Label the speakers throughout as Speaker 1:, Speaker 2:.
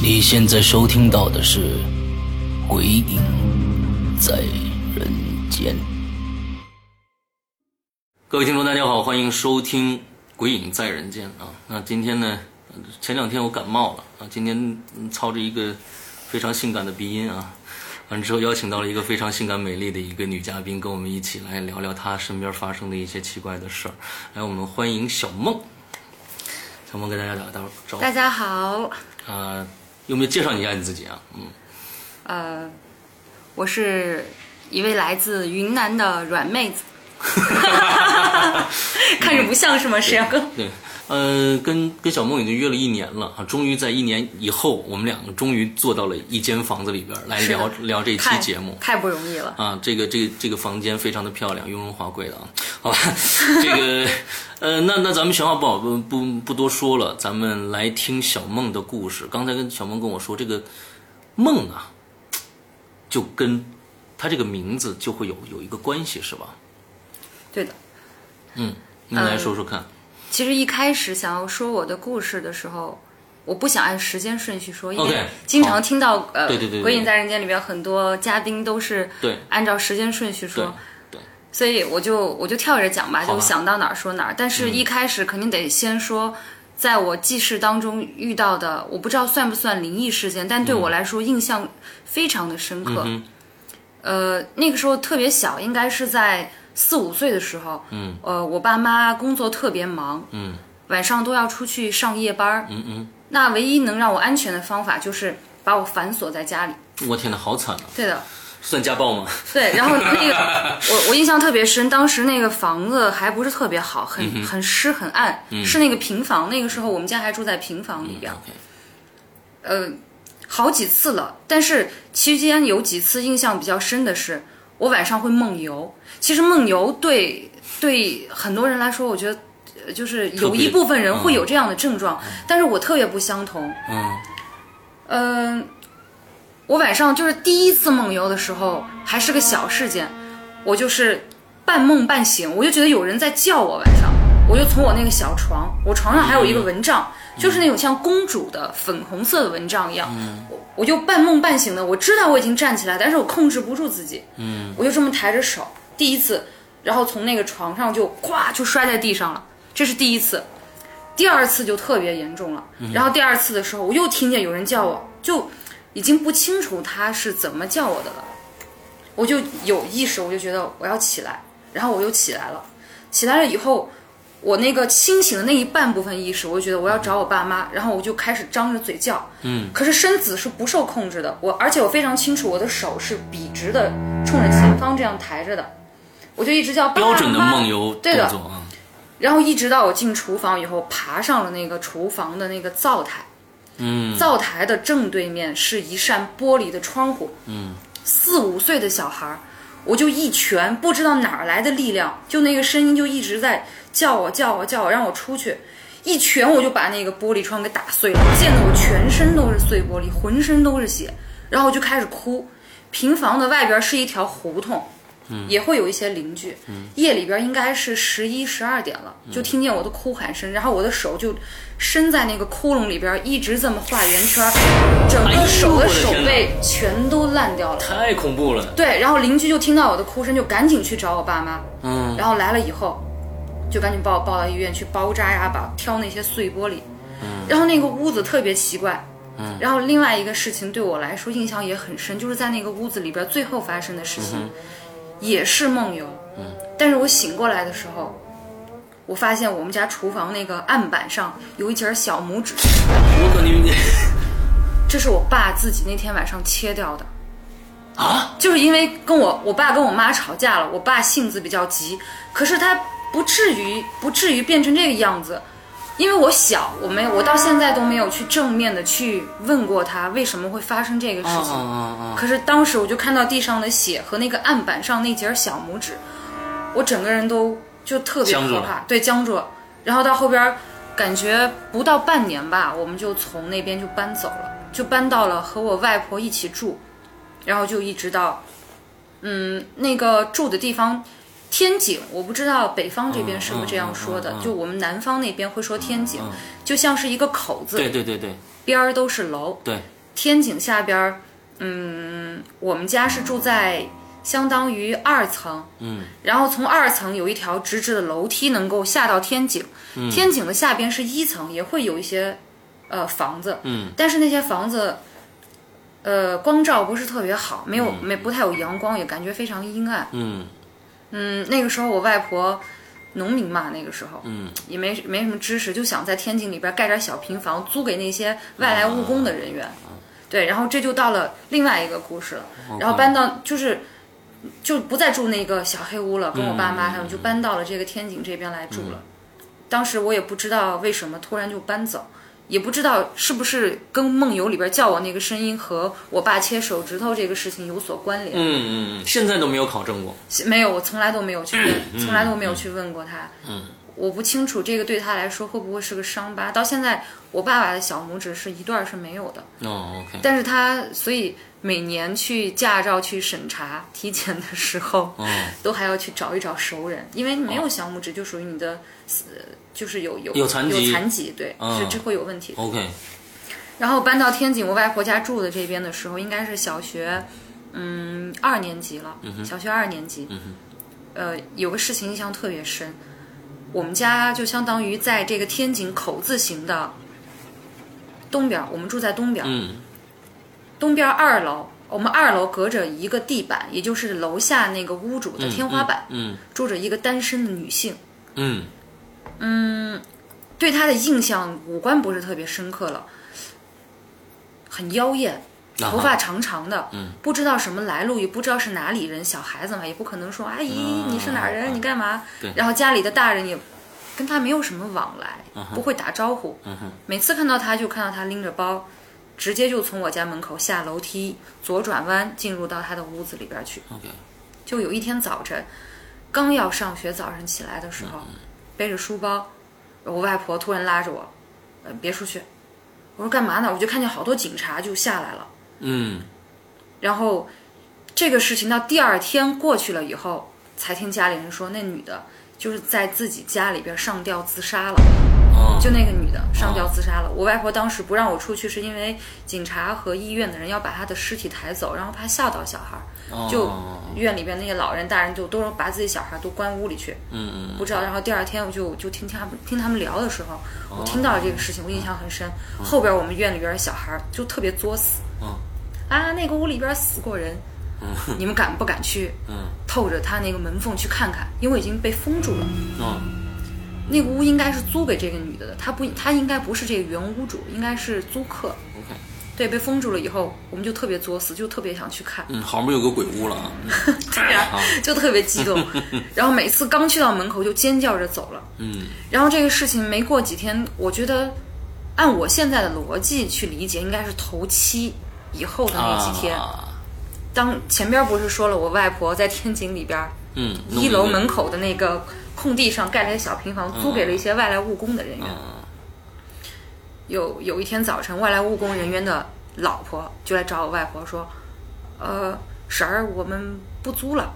Speaker 1: 你现在收听到的是《鬼影在人间》。各位听众，大家好，欢迎收听《鬼影在人间》啊。那今天呢，前两天我感冒了啊，今天嗯操着一个非常性感的鼻音啊，完之后邀请到了一个非常性感美丽的一个女嘉宾，跟我们一起来聊聊她身边发生的一些奇怪的事儿。来，我们欢迎小梦。小梦给大家打个招呼
Speaker 2: 大。家好，
Speaker 1: 啊，有没有介绍一下你自己啊？嗯，
Speaker 2: 呃，我是一位来自云南的软 妹子，看着不像是吗，石阳哥？
Speaker 1: 对，呃，跟跟小梦已经约了一年了啊，终于在一年以后，我们两个终于坐到了一间房子里边儿来
Speaker 2: 是的
Speaker 1: 聊聊这一期
Speaker 2: 太
Speaker 1: 节目。
Speaker 2: 太不容易了。
Speaker 1: 啊，这个这个这个房间非常的漂亮，雍容华贵的啊。好吧，这个呃，那那咱们闲话不好不不不多说了，咱们来听小梦的故事。刚才跟小梦跟我说，这个梦啊，就跟他这个名字就会有有一个关系，是吧？
Speaker 2: 对的，
Speaker 1: 嗯，你
Speaker 2: 呃
Speaker 1: 来说说看。
Speaker 2: 其实一开始想要说我的故事的时候，我不想按时间顺序说，因
Speaker 1: OK，
Speaker 2: 为经常听到呃，
Speaker 1: 哦对对对对
Speaker 2: 鬼影在人间》里边很多嘉宾都是
Speaker 1: 对
Speaker 2: 按照时间顺序
Speaker 1: 对
Speaker 2: 说，
Speaker 1: 对，
Speaker 2: 所以我就我就跳着讲吧，
Speaker 1: 好吧嗯
Speaker 2: 就想到哪儿说哪儿。但是一开始肯定得先说，在我记事当中遇到的，我不知道算不算灵异事件，但对我来说印象非常的深刻。
Speaker 1: 嗯
Speaker 2: 呃，那个时候特别小，应该是在四五岁的时候。
Speaker 1: 嗯，
Speaker 2: 呃，我爸妈工作特别忙，
Speaker 1: 嗯
Speaker 2: 晚上都要出去上夜班儿。
Speaker 1: 嗯嗯，
Speaker 2: 那唯一能让我安全的方法就是把我反锁在家里。
Speaker 1: 我天哪，好惨啊！
Speaker 2: 对的，
Speaker 1: 算家暴吗？
Speaker 2: 对，然后那个我我印象特别深，当时那个房子还不是特别好，很、很湿很暗，是那个平房。那个时候我们家还住在平房里边，
Speaker 1: OK，
Speaker 2: 呃，好几次了。但是期间有几次印象比较深的是，我晚上会梦游。其实梦游对对很多人来说，我觉得呃就是有一部分人会有这样的症状，但是我特别不相同。
Speaker 1: 嗯
Speaker 2: 嗯，我晚上就是第一次梦游的时候，还是个小事件，我就是半梦半醒，我就觉得有人在叫我，晚上我就从我那个小床，我床上还有一个蚊帐，就是那种像公主的粉红色的蚊帐一样，我我就半梦半醒的，我知道我已经站起来，但是我控制不住自己，
Speaker 1: 嗯，
Speaker 2: 我就这么抬着手，第一次，然后从那个床上就咵就摔在地上了，这是第一次。第二次就特别严重了，
Speaker 1: 嗯
Speaker 2: 然后第二次的时候，我又听见有人叫我，就已经不清楚他是怎么叫我的了，我就有意识，我就觉得我要起来，然后我又起来了，起来了以后，我那个清醒的那一半部分意识，我就觉得我要找我爸妈，然后我就开始张着嘴叫，
Speaker 1: 嗯，
Speaker 2: 可是身子是不受控制的，我而且我非常清楚我的手是笔直的，冲着前方这样抬着的，我就一直叫爸
Speaker 1: 标准的
Speaker 2: 妈
Speaker 1: 梦游
Speaker 2: 对的
Speaker 1: 动，作啊。
Speaker 2: 然后一直到我进厨房以后，爬上了那个厨房的那个灶台。
Speaker 1: 嗯，
Speaker 2: 灶台的正对面是一扇玻璃的窗户。
Speaker 1: 嗯，
Speaker 2: 四五岁的小孩儿，我就一拳，不知道哪儿来的力量，就那个声音就一直在叫我叫我叫我，让我出去。一拳我就把那个玻璃窗给打碎了，溅得我全身都是碎玻璃，浑身都是血，然后我就开始哭。平房的外边是一条胡同，
Speaker 1: 嗯
Speaker 2: 也会有一些邻居。夜里边应该是十一、十二点了，就听见我的哭喊声，然后我的手就伸在那个窟窿里边，一直这么画圆圈，整
Speaker 1: 哎呦
Speaker 2: 个手
Speaker 1: 我的
Speaker 2: 的
Speaker 1: 天
Speaker 2: 手
Speaker 1: 哪
Speaker 2: 背全都烂掉了。
Speaker 1: 太恐怖了。
Speaker 2: 对，然后邻居就听到我的哭声，就赶紧去找我爸妈。
Speaker 1: 嗯，
Speaker 2: 然后来了以后，就赶紧把我抱到医院去包扎呀，把挑那些碎玻璃。然后那个屋子特别奇怪。然后另外一个事情对我来说印象也很深，就是在那个屋子里边最后发生的事情，也是梦游。但是我醒过来的时候，我发现我们 家厨房那个案板上有一节小拇指，
Speaker 1: 我靠，你
Speaker 2: 这是我爸自己那天晚上切掉的，
Speaker 1: 啊，
Speaker 2: 就是因为跟我我爸跟我妈吵架了，我爸性子比较急，可是他不至于不至于变成这个样子，因为我小，我没有我到现在都没有去正面的去问过他为什么会发生这个事
Speaker 1: 啊
Speaker 2: 情。
Speaker 1: 啊啊！
Speaker 2: 可是当时我就看到地上的血和那个案板上那节小拇指，我整个人都就特别
Speaker 1: 僵住
Speaker 2: 可
Speaker 1: 了
Speaker 2: 怕，对，僵住了。然后到后边儿，感觉不到半年吧，我们就从那边就搬走了，就搬到了和我外婆一起住，然后就一直到，嗯，那个住的地方。天井，我不知道北方这边是不是这样说的，
Speaker 1: 嗯嗯嗯嗯
Speaker 2: 就我们南方那边会说天井，
Speaker 1: 嗯嗯
Speaker 2: 就像是一个口子，
Speaker 1: 对对对对
Speaker 2: 边儿都是楼，
Speaker 1: 对，
Speaker 2: 天井下边儿，嗯，我们家是住在相当于二层，
Speaker 1: 嗯，
Speaker 2: 然后从二层有一条直直的楼梯能够下到天井，
Speaker 1: 嗯
Speaker 2: 天井的下边是一层，也会有一些呃房子，
Speaker 1: 嗯，
Speaker 2: 但是那些房子。呃，光照不是特别好，没有没不太有阳光，也感觉非常阴暗。
Speaker 1: 嗯
Speaker 2: 嗯，那个时候我外婆农民嘛，那个时候，
Speaker 1: 嗯，
Speaker 2: 也没没什么知识，就想在天井里边盖点小平房，租给那些外来务工的人员。对，然后这就到了另外一个故事了。然后搬到就是就不再住那个小黑屋了，跟我爸妈还有就搬到了这个天井这边来住了。当时我也不知道为什么突然就搬走。也不知道是不是跟梦游里边叫我那个声音和我爸切手指头这个事情有所关联。
Speaker 1: 嗯嗯，现在都没有考证过。
Speaker 2: 没有，我从来都没有去问， 从来都没有去问过他。
Speaker 1: 嗯，
Speaker 2: 我不清楚这个对他来说会不会是个伤疤。到现在，我爸爸的小拇指是一段儿是没有的，
Speaker 1: 哦，OK，
Speaker 2: 但是他所以每年去驾照去审查体检的时候，
Speaker 1: 哦，
Speaker 2: 都还要去找一找熟人，因为没有小拇指就属于你的，呃，就是有有
Speaker 1: 有残疾
Speaker 2: 有残疾，对，
Speaker 1: 嗯
Speaker 2: 这这会有问题的。
Speaker 1: OK，
Speaker 2: 然后搬到天津我外婆家住的这边的时候，应该是小学，嗯，二年级了，小学二年
Speaker 1: 嗯
Speaker 2: 级。呃，有个事情印象特别深，我们家就相当于在这个天井口字形的东边儿，我们住在东边儿，
Speaker 1: 嗯
Speaker 2: 东边儿二楼，我们二楼隔着一个地板，也就是楼下那个屋主的天花板，
Speaker 1: 嗯
Speaker 2: 住着一个单身的女性。
Speaker 1: 嗯
Speaker 2: 对她的印象五官不是特别深刻了，很妖艳，
Speaker 1: 啊哈
Speaker 2: 头发长长的，
Speaker 1: 嗯
Speaker 2: 不知道什么来路，也不知道是哪里人，小孩子嘛，也不可能说阿姨、
Speaker 1: 啊
Speaker 2: 你是哪儿人，
Speaker 1: 啊
Speaker 2: 你干嘛
Speaker 1: 对？
Speaker 2: 然后家里的大人也跟他没有什么往来，不会打招呼。
Speaker 1: 嗯哼
Speaker 2: 每次看到他就看到他拎着包，直接就从我家门口下楼梯，左转弯进入到他的屋子里边去。
Speaker 1: ，OK，
Speaker 2: 就有一天早晨，刚要上学，早上起来的时候，
Speaker 1: 嗯
Speaker 2: 背着书包，我外婆突然拉着我，呃，别出去。我说干嘛呢？我就看见好多警察就下来了。
Speaker 1: 嗯
Speaker 2: 然后这个事情到第二天过去了以后，才听家里人说，那女的就是在自己家里边上吊自杀了。
Speaker 1: 哦，
Speaker 2: 就那个女的上吊自杀了。我外婆当时不让我出去，是因为警察和医院的人要把她的尸体抬走，然后怕吓到小孩儿。
Speaker 1: 哦
Speaker 2: 就
Speaker 1: 嗯
Speaker 2: 院里边那些老人、大人就都把自己小孩都关屋里去，
Speaker 1: 嗯嗯
Speaker 2: 不知道。然后第二天我就就听他们听他们聊的时候，我听到了这个事情，我印象很深。
Speaker 1: 哦
Speaker 2: 后边我们院里边的小孩儿就特别作死，
Speaker 1: 嗯
Speaker 2: 啊，那个屋里边死过人， 你们敢不敢去
Speaker 1: 哦嗯
Speaker 2: 透着他那个门缝去看看？因为已经被封住了。
Speaker 1: 嗯
Speaker 2: 那个屋应该是租给这个女的的，她不，她应该不是这个原屋主，应该是租客。
Speaker 1: ，OK，
Speaker 2: 对，被封住了以后，我们就特别作死，就特别想去看，
Speaker 1: 嗯，好不容易有个鬼屋了啊，
Speaker 2: 嗯对呀， 就特别激 动。然后每次刚去到门口就尖叫着走了。
Speaker 1: 嗯
Speaker 2: 然后这个事情没过几天，我觉得按我现在的逻辑去理解，应该是头七以后的那几天。
Speaker 1: 啊，
Speaker 2: 当前边不是说了，我外婆在天井里边儿
Speaker 1: 嗯，
Speaker 2: 一楼门口的那个嗯空地上盖了一个小平房，租给了一些外来务工的人员。有有一天早晨，外来务工人员的老婆就来找我外婆说：“呃，婶儿，我们不租了。”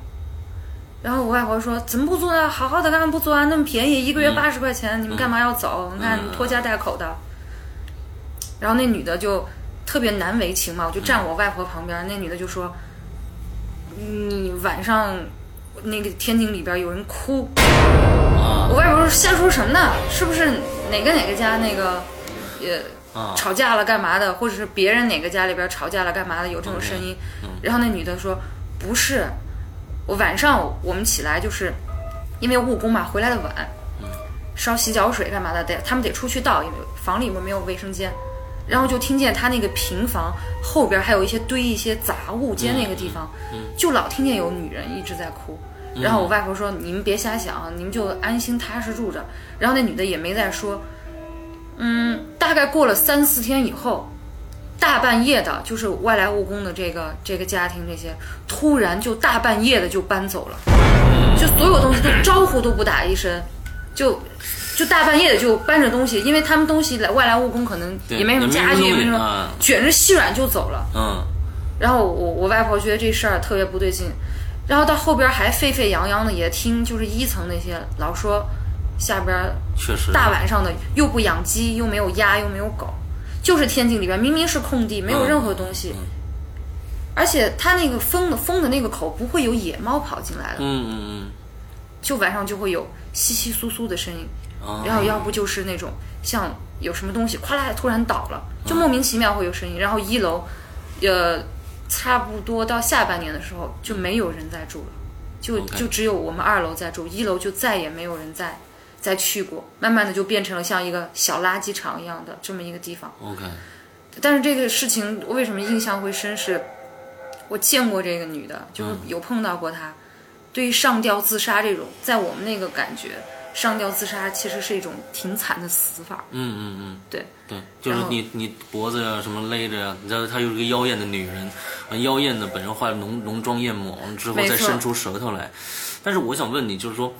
Speaker 2: 然后我外婆说：“怎么不租呢？好好的干嘛不租啊？那么便宜，一个月八十块钱，你们干嘛要走？你看拖家带口的。”然后那女的就特别难为情嘛，我就站我外婆旁边，那女的就说：“你晚上那个天井里边有人哭。”
Speaker 1: 啊
Speaker 2: 我外婆说瞎说什么呢？是不是哪个哪个家那个也
Speaker 1: 啊
Speaker 2: 吵架了干嘛的，或者是别人哪个家里边吵架了干嘛的有这种声音？
Speaker 1: 嗯
Speaker 2: 然后那女的说不是，我晚上我们起来就是因为务工嘛，回来的晚，
Speaker 1: 嗯
Speaker 2: 烧洗脚水干嘛的，得他们得出去倒，因为房里面没有卫生间。然后就听见他那个平房后边还有一些堆一些杂物间
Speaker 1: 嗯
Speaker 2: 那个地方，就老听见有女人一直在哭。
Speaker 1: 嗯
Speaker 2: 然后我外婆说：“你们别瞎想，你们就安心踏实住着。”然后那女的也没再说。嗯，大概过了三四天以后，大半夜的，就是外来务工的这个这个家庭这些，突然就大半夜的就搬走了，
Speaker 1: 嗯
Speaker 2: 就所有东西都招呼都不打一声，就就大半夜的就搬着东西，因为他们东西来外来务工可能
Speaker 1: 对
Speaker 2: 也没什么
Speaker 1: 也没
Speaker 2: 家
Speaker 1: 什
Speaker 2: 具，
Speaker 1: 么
Speaker 2: 也
Speaker 1: 东西
Speaker 2: 没什么
Speaker 1: 啊，
Speaker 2: 卷着细软就走了。
Speaker 1: 嗯，
Speaker 2: 然后我我外婆觉得这事儿特别不对劲，然后到后边还沸沸扬扬的也听，就是一层那些老说下边儿
Speaker 1: 确实
Speaker 2: 大晚上的又不养鸡，又没有鸭，又没有狗，就是天井里边明明是空地，没有
Speaker 1: 嗯
Speaker 2: 任何东西，而且它那个封的封的那个口不会有野猫跑进来的，
Speaker 1: 嗯嗯
Speaker 2: 就晚上就会有窸窸窣窣的声音，
Speaker 1: 嗯，啊，
Speaker 2: 然后要不就是那种像有什么东西哗啦突然倒了，就莫名其妙会有声音。然后一楼，呃，差不多到下半年的时候就没有人在住了，就
Speaker 1: OK
Speaker 2: 就只有我们二楼在住，一楼就再也没有人在再去过。慢慢的就变成了像一个小垃圾场一样的这么一个地方。
Speaker 1: OK，嗯
Speaker 2: 但是这个事情为什么印象会深是，我见过这个女的，就是有碰到过她。对于上吊自杀这种，在我们那个感觉，上吊自杀其实是一种挺惨的死法。
Speaker 1: 嗯嗯嗯，
Speaker 2: 对，
Speaker 1: 对，就是
Speaker 2: 然后
Speaker 1: 你你脖子呀、什么勒着呀、你知道她又是个妖艳的女人，完妖艳的本身化浓浓妆艳抹，完之后
Speaker 2: 没
Speaker 1: 再
Speaker 2: 错
Speaker 1: 伸出舌头来。但是我想问你，就是说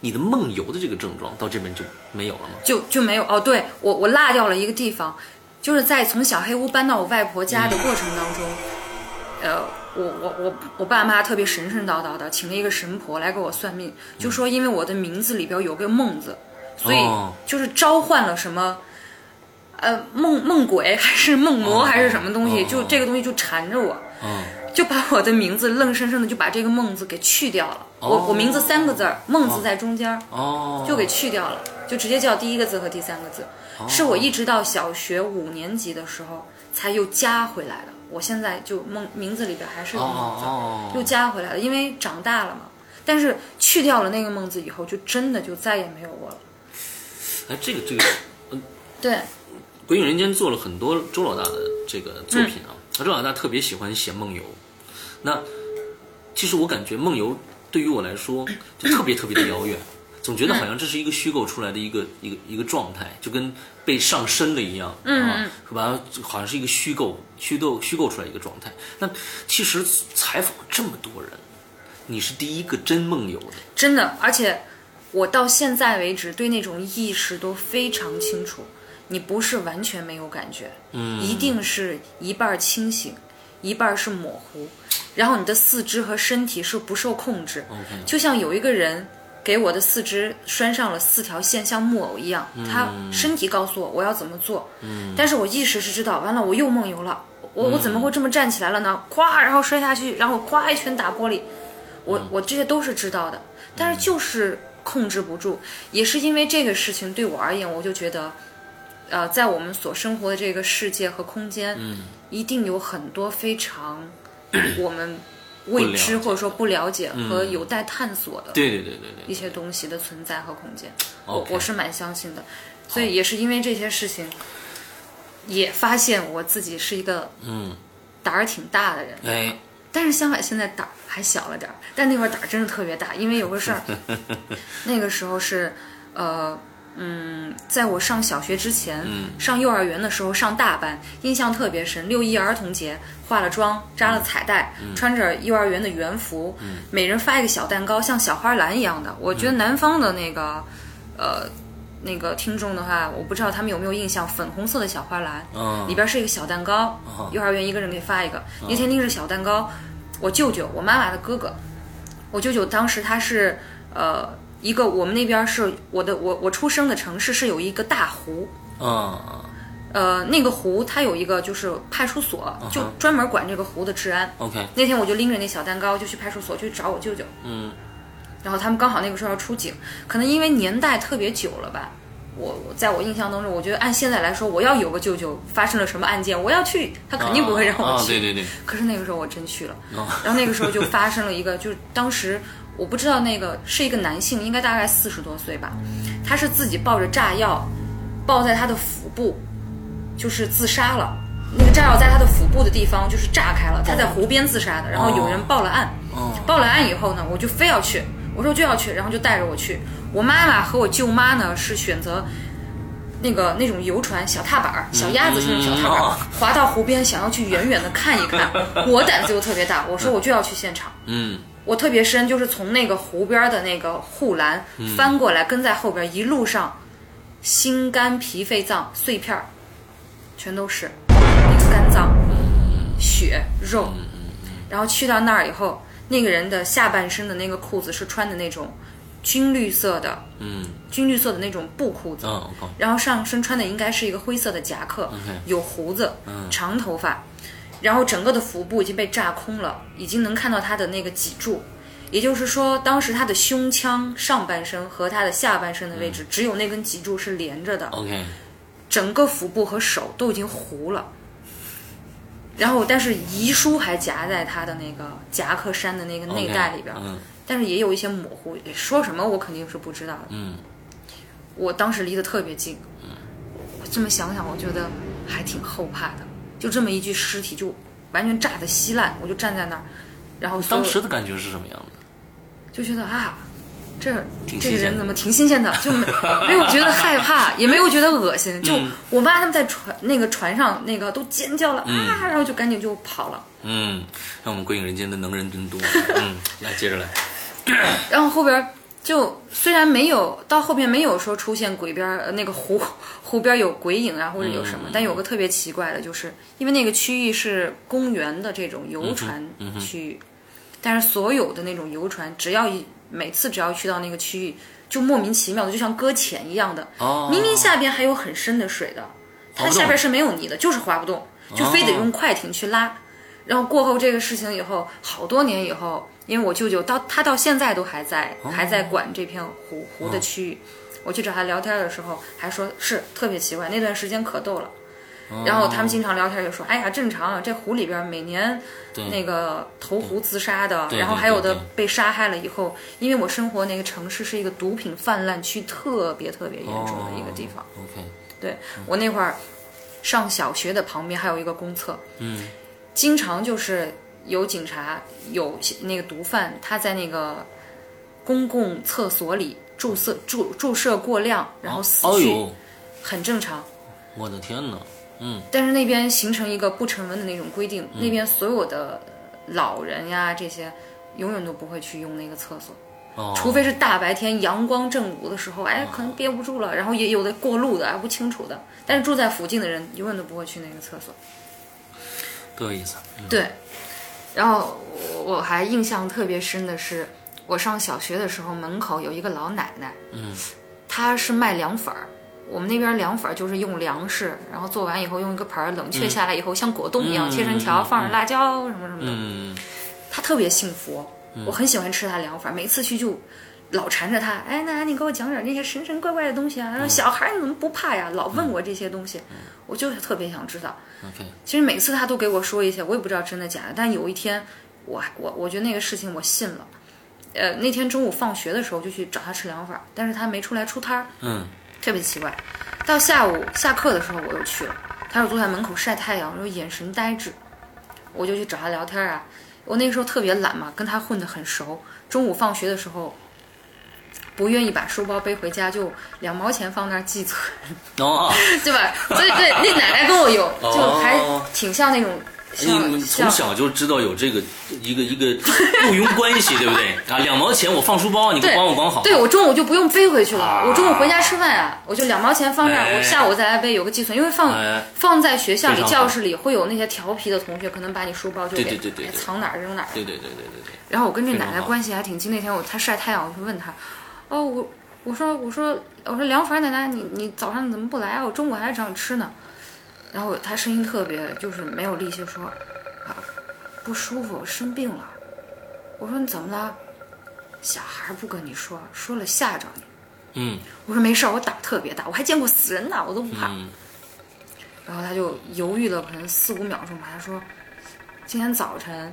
Speaker 1: 你的梦游的这个症状到这边就没有了吗？
Speaker 2: 就就没有哦。对我我落掉了一个地方，就是在从小黑屋搬到我外婆家的过程当中，呃，我我我我爸妈特别神神叨叨的，请了一个神婆来给我算命，就说因为我的名字里边有个梦字，所以
Speaker 1: 哦
Speaker 2: 就是召唤了什么。呃，梦梦鬼还是梦魔
Speaker 1: 哦
Speaker 2: 还是什么东西，
Speaker 1: 哦
Speaker 2: 就这个东西就缠着我，
Speaker 1: 嗯，
Speaker 2: 就把我的名字愣生生的就把这个梦字给去掉了。我
Speaker 1: 哦
Speaker 2: 我名字三个字儿，梦字在中间儿。
Speaker 1: 哦，
Speaker 2: 就给去掉了，就直接叫第一个字和第三个字。是我一直到小学五年级的时候才又加回来的。我现在就梦名字里边还是
Speaker 1: 哦
Speaker 2: 有梦字，
Speaker 1: 哦
Speaker 2: 又
Speaker 1: 哦，
Speaker 2: 加回来了，因为长大了嘛。但是去掉了那个梦字以后，就真的就再也没有过了。
Speaker 1: 哎，这个这个。
Speaker 2: 对，
Speaker 1: 《鬼影人间》做了很多周老大的这个作品
Speaker 2: 嗯
Speaker 1: 啊，周老大特别喜欢写梦游。那其实我感觉梦游对于我来说就特别特别的遥远，总觉得好像这是一个虚构出来的一个一个一个状态，就跟被上身了一样，
Speaker 2: 嗯
Speaker 1: 啊，是吧？好像是一个虚构、虚构、虚构出来一个状态。那其实采访这么多人，你是第一个真梦游的，
Speaker 2: 真的，而且我到现在为止对那种意识都非常清楚。你不是完全没有感觉，嗯，一定是一半儿清醒，一半儿是模糊，然后你的四肢和身体是不受控制。就像有一个人给我的四肢拴上了四条线，像木偶一样，他身体告诉我我要怎么做，嗯，但是我意识是知道，完了我又梦游了，我我怎么会这么站起来了呢？咵，然后摔下去，然后咵一拳打玻璃，我
Speaker 1: 嗯
Speaker 2: 我这些都是知道的，但是就是控制不住，也是因为这个事情对我而言，我就觉得，呃，在我们所生活的这个世界和空间，
Speaker 1: 嗯
Speaker 2: 一定有很多 非常我们未
Speaker 1: 不
Speaker 2: 知
Speaker 1: 了解嗯
Speaker 2: 或者说不了解和有待探索的
Speaker 1: 对对对对
Speaker 2: 一
Speaker 1: 对，
Speaker 2: 些东西的存在和空间，我
Speaker 1: OK
Speaker 2: 我是蛮相信的，所以也是因为这些事情，也发现我自己是一个
Speaker 1: 嗯，
Speaker 2: 胆儿挺大的人，
Speaker 1: 哎，
Speaker 2: 但是相反，现在胆儿还小了点儿，但那会儿胆儿真是特别大，因为有个事儿，那个时候是，呃，嗯，在我上小学之前，上幼儿园的时候上大班，印象特别深。六一儿童节，化了妆，扎了彩带，穿着幼儿园的园服，每人发一个小蛋糕，像小花篮一样的。我觉得南方的那个，呃。那个听众的话，我不知道他们有没有印象，粉红色的小花篮，
Speaker 1: 嗯
Speaker 2: 里边是一个小蛋糕，幼儿园一个人给发一个。那天拎着小蛋糕，我舅舅，我妈妈的哥哥，我舅舅当时他是呃一个我们那边是我的我我出生的城市是有一个大湖，
Speaker 1: 啊
Speaker 2: 呃那个湖它有一个就是派出所，就专门管这个湖的治安。
Speaker 1: ，OK，
Speaker 2: 那天我就拎着那小蛋糕就去派出所去找我舅舅，
Speaker 1: 嗯，
Speaker 2: 然后他们刚好那个时候要出警，可能因为年代特别久了吧。我我在我印象当中，我觉得按现在来说，我要有个舅舅发生了什么案件，我要去，他肯定不会让我
Speaker 1: 啊
Speaker 2: 去。
Speaker 1: 啊对对对，
Speaker 2: 可是那个时候我真去了，
Speaker 1: 哦
Speaker 2: 然后那个时候就发生了一个， 就是当时我不知道那个是一个男性，应该大概四十多岁吧，他是自己抱着炸药，抱在他的腹部，就是自杀了，那个炸药在他的腹部的地方就是炸开了，他在湖边自杀的，然后有人报了案，报了案以后呢，我就非要去，我说就要去，然后就带着我去，我妈妈和我舅妈呢是选择。那个那种游船小踏板儿，小鸭子是那种小踏板儿，
Speaker 1: 嗯嗯哦
Speaker 2: 滑到湖边，想要去远远的看一 看。我胆子又特别大，我说我就要去现场。
Speaker 1: 嗯，
Speaker 2: 我特别深，就是从那个湖边儿的那个护栏
Speaker 1: 嗯
Speaker 2: 翻过来，跟在后边儿，一路上心肝脾肺脏碎片儿，全都是那个肝脏、
Speaker 1: 嗯
Speaker 2: 血肉，然后去到那儿以后，那个人的下半身的那个裤子是穿的那种军绿色的，
Speaker 1: 嗯，
Speaker 2: 军绿色的那种布裤子，
Speaker 1: 啊，我靠，
Speaker 2: 然后上身穿的应该是一个灰色的夹克
Speaker 1: OK 嗯
Speaker 2: 有胡子，长头发，然后整个的腹部已经被炸空了，已经能看到他的那个脊柱，也就是说，当时他的胸腔上半身和他的下半身的
Speaker 1: 嗯
Speaker 2: 位置，只有那根脊柱是连着的，
Speaker 1: ，OK，
Speaker 2: 整个腹部和手都已经糊了。然后，但是遗书还夹在他的那个夹克衫的那个内袋里边
Speaker 1: OK，嗯
Speaker 2: 但是也有一些模糊，说什么我肯定是不知道的。
Speaker 1: 嗯，
Speaker 2: 我当时离得特别近，我这么想想，我觉得还挺后怕的。就这么一具尸体，就完全炸得稀烂，我就站在那儿，然后所有
Speaker 1: 当时的感觉是什么样的？
Speaker 2: 就觉得啊，这
Speaker 1: 挺
Speaker 2: 这
Speaker 1: 新鲜
Speaker 2: 个
Speaker 1: 的
Speaker 2: 人怎么挺新 鲜的，就没没有觉得害怕，也没有觉得恶心。就
Speaker 1: 嗯
Speaker 2: 我妈他们在船那个船上那个都尖叫了啊，然后就赶紧就跑了。
Speaker 1: 嗯，让我们鬼影人间的能人真多。嗯，来接着来。
Speaker 2: 然后后边儿就虽然没有到后边没有说出现鬼边儿呃那个湖湖边儿有鬼影啊或者有什么，但有个特别奇怪的，就是因为那个区域是公园的这种游船区域，但是所有的那种游船，只要一每次只要去到那个区域，就莫名其妙的就像搁浅一样的，
Speaker 1: 哦，
Speaker 2: 明明下边还有很深的水的，它
Speaker 1: 不动
Speaker 2: 下边是没有泥的，就是滑不动，就非得
Speaker 1: 哦
Speaker 2: 用快艇去拉。然后过后这个事情以后，好多年以后，因为我舅舅到他到现在都还在、
Speaker 1: 哦
Speaker 2: 还在管这片湖湖的区域。我去找他聊天的时候，还说是特别奇怪，那段时间可逗了。
Speaker 1: 哦
Speaker 2: 然后他们经常聊天就说：“哎呀，正常啊，这湖里边每年那个投湖自杀的，
Speaker 1: 对
Speaker 2: 然后
Speaker 1: 对
Speaker 2: 还有
Speaker 1: 对
Speaker 2: 的
Speaker 1: 对
Speaker 2: 被杀害了以后，因为我生活那个城市是一个毒品泛滥区，特别特别严重的一个地方。
Speaker 1: 哦 OK，
Speaker 2: 对我那会儿上小学的旁边还有一个公厕，
Speaker 1: 嗯，
Speaker 2: 经常就是有警察有那个毒贩，他在那个公共厕所里注射注注射过量，然后死
Speaker 1: 哦
Speaker 2: 去，
Speaker 1: 呦，
Speaker 2: 很正常。
Speaker 1: 我的天哪！嗯，
Speaker 2: 但是那边形成一个不成文的那种规定，那边所有的老人呀这些，永远都不会去用那个厕所。
Speaker 1: 哦，
Speaker 2: 除非是大白天阳光正午的时候，哎，可能憋不住了，然后也有的过路的哎还不清楚的，但是住在附近的人永远都不会去那个厕所。
Speaker 1: 多有意思。
Speaker 2: 对，然后我我还印象特别深的是，我上小学的时候，门口有一个老奶奶，嗯，她是卖凉粉儿。我们那边凉粉儿就是用粮食，然后做完以后用一个盆儿冷却下来以后，像果冻一样切成条，放上辣椒什么什么的。
Speaker 1: 嗯，
Speaker 2: 他特别幸福，我很喜欢吃他凉粉，每次去就老缠着他，哎，奶奶你给我讲点那些神神怪怪的东西啊，说小孩儿你怎么不怕呀？老问我这些东西，我就是特别想知道。
Speaker 1: OK，
Speaker 2: 其实每次他都给我说一些，我也不知道真的假的。但有一天，我还我我觉得那个事情我信了。呃，那天中午放学的时候就去找他吃凉粉儿，但是他没出来出摊儿，
Speaker 1: 嗯，
Speaker 2: 特别奇怪。到下午下课的时候我又去了，他就坐在门口晒太阳，然后眼神呆滞。我就去找他聊天啊。我那时候特别懒嘛，跟他混得很熟。中午放学的时候，不愿意把书包背回家，就两毛钱放那儿寄存。
Speaker 1: 哦，
Speaker 2: 对吧？所以对那奶奶跟我有，就还
Speaker 1: 哦
Speaker 2: 挺像那种
Speaker 1: 你
Speaker 2: 像
Speaker 1: 们从
Speaker 2: 像
Speaker 1: 小就知道有这个一个一个雇佣关系，对不对？啊，两毛钱我放书包，你
Speaker 2: 对
Speaker 1: 帮我绑好。
Speaker 2: 对我中午就不用背回去了，
Speaker 1: 啊
Speaker 2: 我中午回家吃饭啊，我就两毛钱放这儿，
Speaker 1: 哎
Speaker 2: 我下午再来背，有个寄存，因为放、
Speaker 1: 哎
Speaker 2: 放在学校
Speaker 1: 非
Speaker 2: 里
Speaker 1: 常好
Speaker 2: 教室里会有那些调皮的同学，可能把你书包就给
Speaker 1: 对对对对对
Speaker 2: 哎藏哪儿扔哪儿。
Speaker 1: 对对对对对对，
Speaker 2: 然后我跟这奶
Speaker 1: 非
Speaker 2: 奶
Speaker 1: 常好
Speaker 2: 关系还挺近，那天我她晒太阳，我就问她，哦，我我说我说我说梁凡奶奶，你你早上怎么不来啊？我中午还想吃呢。然后她声音特别就是没有力气说，啊，不舒服，我生病了。我说你怎么了？小孩不跟你说，说了吓着你。
Speaker 1: 嗯
Speaker 2: 我说没事儿，我胆儿特别大，我还见过死人呢，我都不怕。
Speaker 1: 嗯
Speaker 2: 然后他就犹豫了可能四五秒钟吧，他说：“今天早晨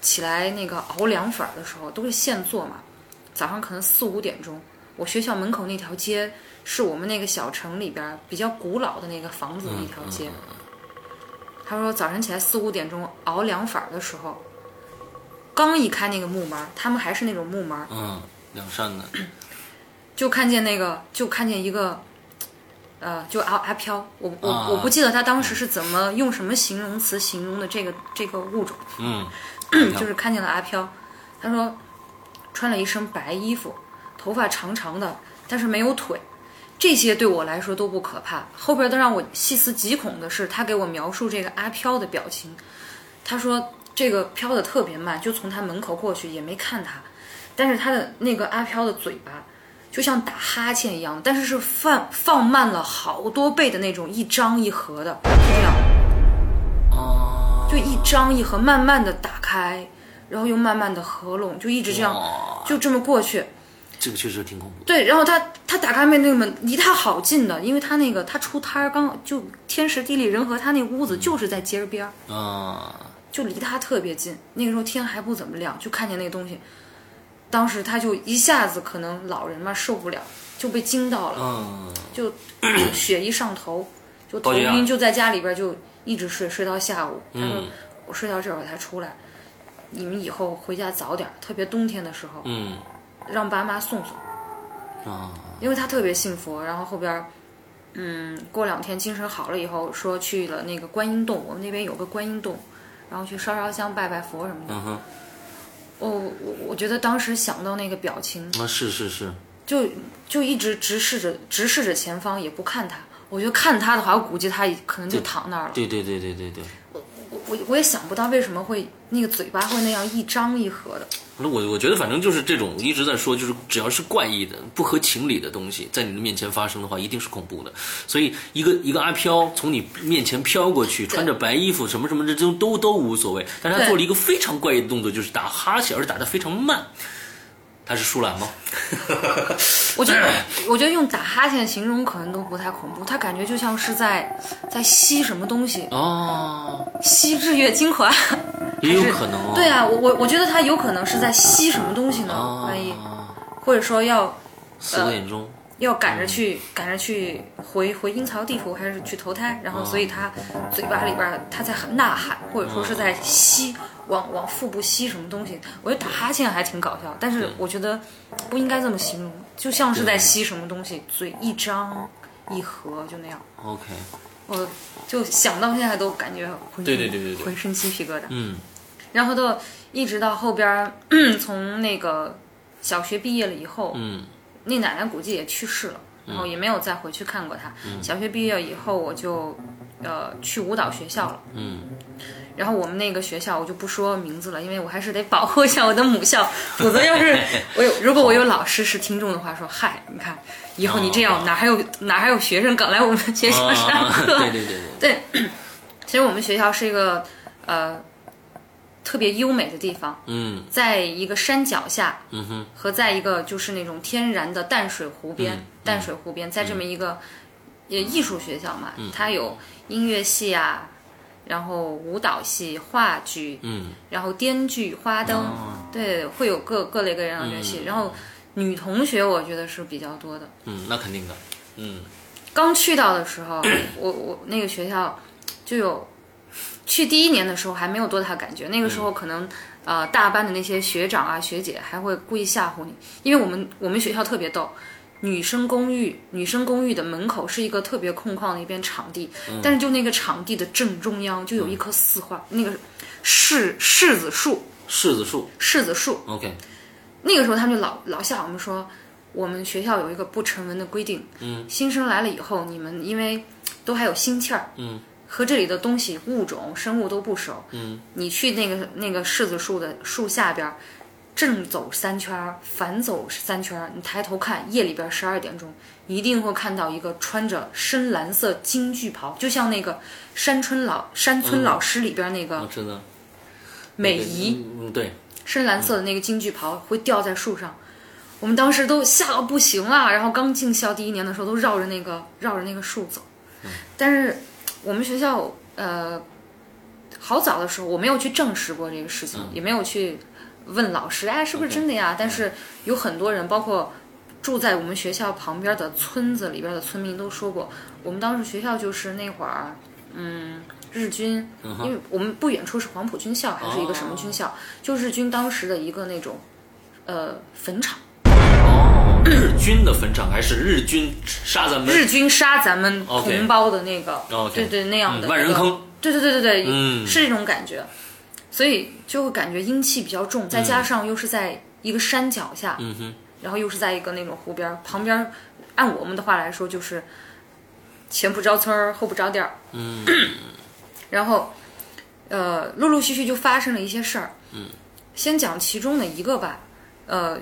Speaker 2: 起来那个熬凉粉儿的时候都是现做嘛，早上可能四五点钟，我学校门口那条街是我们那个小城里边儿比较古老的那个房子的一条街。他说早晨起来四五点钟熬凉粉儿的时候，刚一开那个木门儿，他们还是那种木门儿，
Speaker 1: 嗯，两扇的，
Speaker 2: 就看见那个，就看见一个，呃，就阿阿飘，我我、
Speaker 1: 啊
Speaker 2: 我不记得他当时是怎么用什么形容词形容的这个这个物种，
Speaker 1: 嗯，
Speaker 2: 就是看见了阿飘，他说穿了一身白衣服，头发长长的，但是没有腿，这些对我来说都不可怕。后边都让我细思极恐的是，他给我描述这个阿飘的表情，他说这个飘的特别慢，就从他门口过去也没看他，但是他的那个阿飘的嘴巴。就像打哈欠一样，但是是放放慢了好多倍的那种，一张一合的，就这样。
Speaker 1: 哦，
Speaker 2: 就一张一合，慢慢的打开，然后又慢慢的合拢，就一直这样，
Speaker 1: 哇
Speaker 2: 就这么过去。
Speaker 1: 哦这个确实挺恐怖的。
Speaker 2: 对，然后他他打开那个门，离他好近的，因为他那个他出摊儿刚就天时地利人和，他那屋子就是在街边儿，
Speaker 1: 啊，
Speaker 2: 就离他特别近。那个时候天还不怎么亮，就看见那个东西，当时他就一下子可能老人嘛受不了，就被惊到了，
Speaker 1: 嗯，
Speaker 2: 就血一上头，就
Speaker 1: 高
Speaker 2: 头
Speaker 1: 血压
Speaker 2: 晕，就在家里边儿就一直睡，睡到下午。他说
Speaker 1: 啊嗯
Speaker 2: 我睡到这会儿才出来，你们以后回家早点儿，特别冬天的时候，
Speaker 1: 嗯，
Speaker 2: 让爸妈送送，
Speaker 1: 啊，
Speaker 2: 因为他特别信佛。然后后边儿，嗯，过两天精神好了以后，说去了那个观音洞，我们那边有个观音洞，然后去烧烧香、拜拜佛什么的。
Speaker 1: 嗯哼，
Speaker 2: 哦，我我觉得当时想到那个表情，
Speaker 1: 啊，是是是，
Speaker 2: 就就一直直视着直视着前方，也不看他。我觉得看他的话，我估计他可能就躺那儿了。
Speaker 1: 对对对对对对。
Speaker 2: 我我我也想不到为什么会那个嘴巴会那样一张一合的。
Speaker 1: 那我我觉得反正就是这种一直在说，就是只要是怪异的、不合情理的东西在你的面前发生的话，一定是恐怖的。所以一个一个阿飘从你面前飘过去，穿着白衣服什么什么这都都都无所谓，但是他
Speaker 2: 对
Speaker 1: 做了一个非常怪异的动作，就是打哈欠，而且打得非常慢。他是舒兰吗？
Speaker 2: 我觉得，我觉得用打哈欠形容可能都不太恐怖，他感觉就像是在在吸什么东西，
Speaker 1: 哦，
Speaker 2: 吸日月精华。
Speaker 1: 也有可能哦。
Speaker 2: 对啊，我我我觉得他有可能是在吸什么东西呢？
Speaker 1: 哦，
Speaker 2: 万一或者说要
Speaker 1: 四五
Speaker 2: 呃
Speaker 1: 点钟，
Speaker 2: 要赶着去赶着去回回阴曹地府，还是去投胎？然
Speaker 1: 哦
Speaker 2: 后所以他嘴巴里边儿他在呐喊，或者说是
Speaker 1: 哦
Speaker 2: 在吸往往腹部吸什么东西。我觉得打哈欠还挺搞笑，但是我觉得不应该这么形容，就像是在吸什么东西，嘴一张一合就那样。
Speaker 1: OK，
Speaker 2: 我就想到现在都感觉浑身
Speaker 1: 对对对对对
Speaker 2: 浑身鸡皮疙瘩。
Speaker 1: 嗯
Speaker 2: 然后到一直到后边儿， 从那个小学毕业了以后，
Speaker 1: 嗯
Speaker 2: 那奶奶估计也去世了，然后也没有再回去看过她。
Speaker 1: 嗯
Speaker 2: 小学毕业以后，我就呃去舞蹈学校了。
Speaker 1: 嗯，
Speaker 2: 然后我们那个学校我就不说名字了，因为我还是得保护一下我的母校，否则要 是我有如果我有老师是听众的话，说嗨，你看以后你这样、
Speaker 1: 哦
Speaker 2: 哪还有哪还有学生敢来我们学校上
Speaker 1: 啊
Speaker 2: 课？
Speaker 1: 对对对对，
Speaker 2: 其实我们学校是一个呃特别优美的地方，
Speaker 1: 嗯
Speaker 2: 在一个山脚下，
Speaker 1: 嗯哼，
Speaker 2: 和在一个就是那种天然的淡水湖边，
Speaker 1: 嗯
Speaker 2: 淡水湖边，在这么一个也艺术学校嘛，
Speaker 1: 嗯
Speaker 2: 它有音乐系啊，然后舞蹈系、话剧，
Speaker 1: 嗯
Speaker 2: 然后滇剧、花灯，
Speaker 1: 哦
Speaker 2: 对，会有各各类各样的乐器。然后女同学我觉得是比较多的。
Speaker 1: 嗯，那肯定的，嗯
Speaker 2: 刚去到的时候，我我那个学校就有。去第一年的时候还没有多大感觉，那个时候可能，呃，大班的那些学长啊学姐还会故意吓唬你，因为我们我们学校特别逗，女生公寓女生公寓的门口是一个特别空旷的一片场地，但是就那个场地的正中央就有一棵四花、那个柿柿子树，
Speaker 1: 柿子树
Speaker 2: 柿子树，
Speaker 1: ，OK，
Speaker 2: 那个时候他们就老老吓我们说，我们学校有一个不成文的规定，
Speaker 1: 嗯，
Speaker 2: 新生来了以后，你们因为都还有心气儿，
Speaker 1: 嗯，
Speaker 2: 和这里的东西、物种、生物都不熟，
Speaker 1: 嗯，
Speaker 2: 你去那个那个柿子树的树下边儿，正走三圈儿，反走三圈儿，你抬头看，夜里边十二点钟，一定会看到一个穿着深蓝色京剧袍，就像那个山村老山
Speaker 1: 嗯
Speaker 2: 村老师里边那个
Speaker 1: 我知道。
Speaker 2: 美姨。
Speaker 1: 嗯，嗯，对，
Speaker 2: 深蓝色的那个京剧袍会掉在树上。我们当时都吓到不行了，然后刚进校第一年的时候都绕着那个绕着那个树走。但是我们学校呃，好早的时候我没有去证实过这个事情，也没有去问老师，哎，是不是真的呀？但是有很多人，包括住在我们学校旁边的村子里边的村民都说过，我们当时学校就是那会儿，嗯，日军，因为我们不远处是黄埔军校还是一个什么军校，就日军当时的一个那种，呃，坟场，
Speaker 1: 哦，日军的坟场还是日军杀咱们？
Speaker 2: 日军杀咱们
Speaker 1: OK
Speaker 2: 同胞的那个
Speaker 1: OK
Speaker 2: 对对那样
Speaker 1: 嗯
Speaker 2: 的、
Speaker 1: 万人坑，
Speaker 2: 对对对对对，
Speaker 1: 嗯
Speaker 2: 是这种感觉，所以就会感觉阴气比较重，再加上又是在一个山脚下，
Speaker 1: 嗯哼，
Speaker 2: 然后又是在一个那种湖边儿，旁边儿，按我们的话来说就是前不着村儿后不着店儿。嗯， 然后呃，陆陆续续就发生了一些事儿。嗯，先讲其中的一个吧，呃。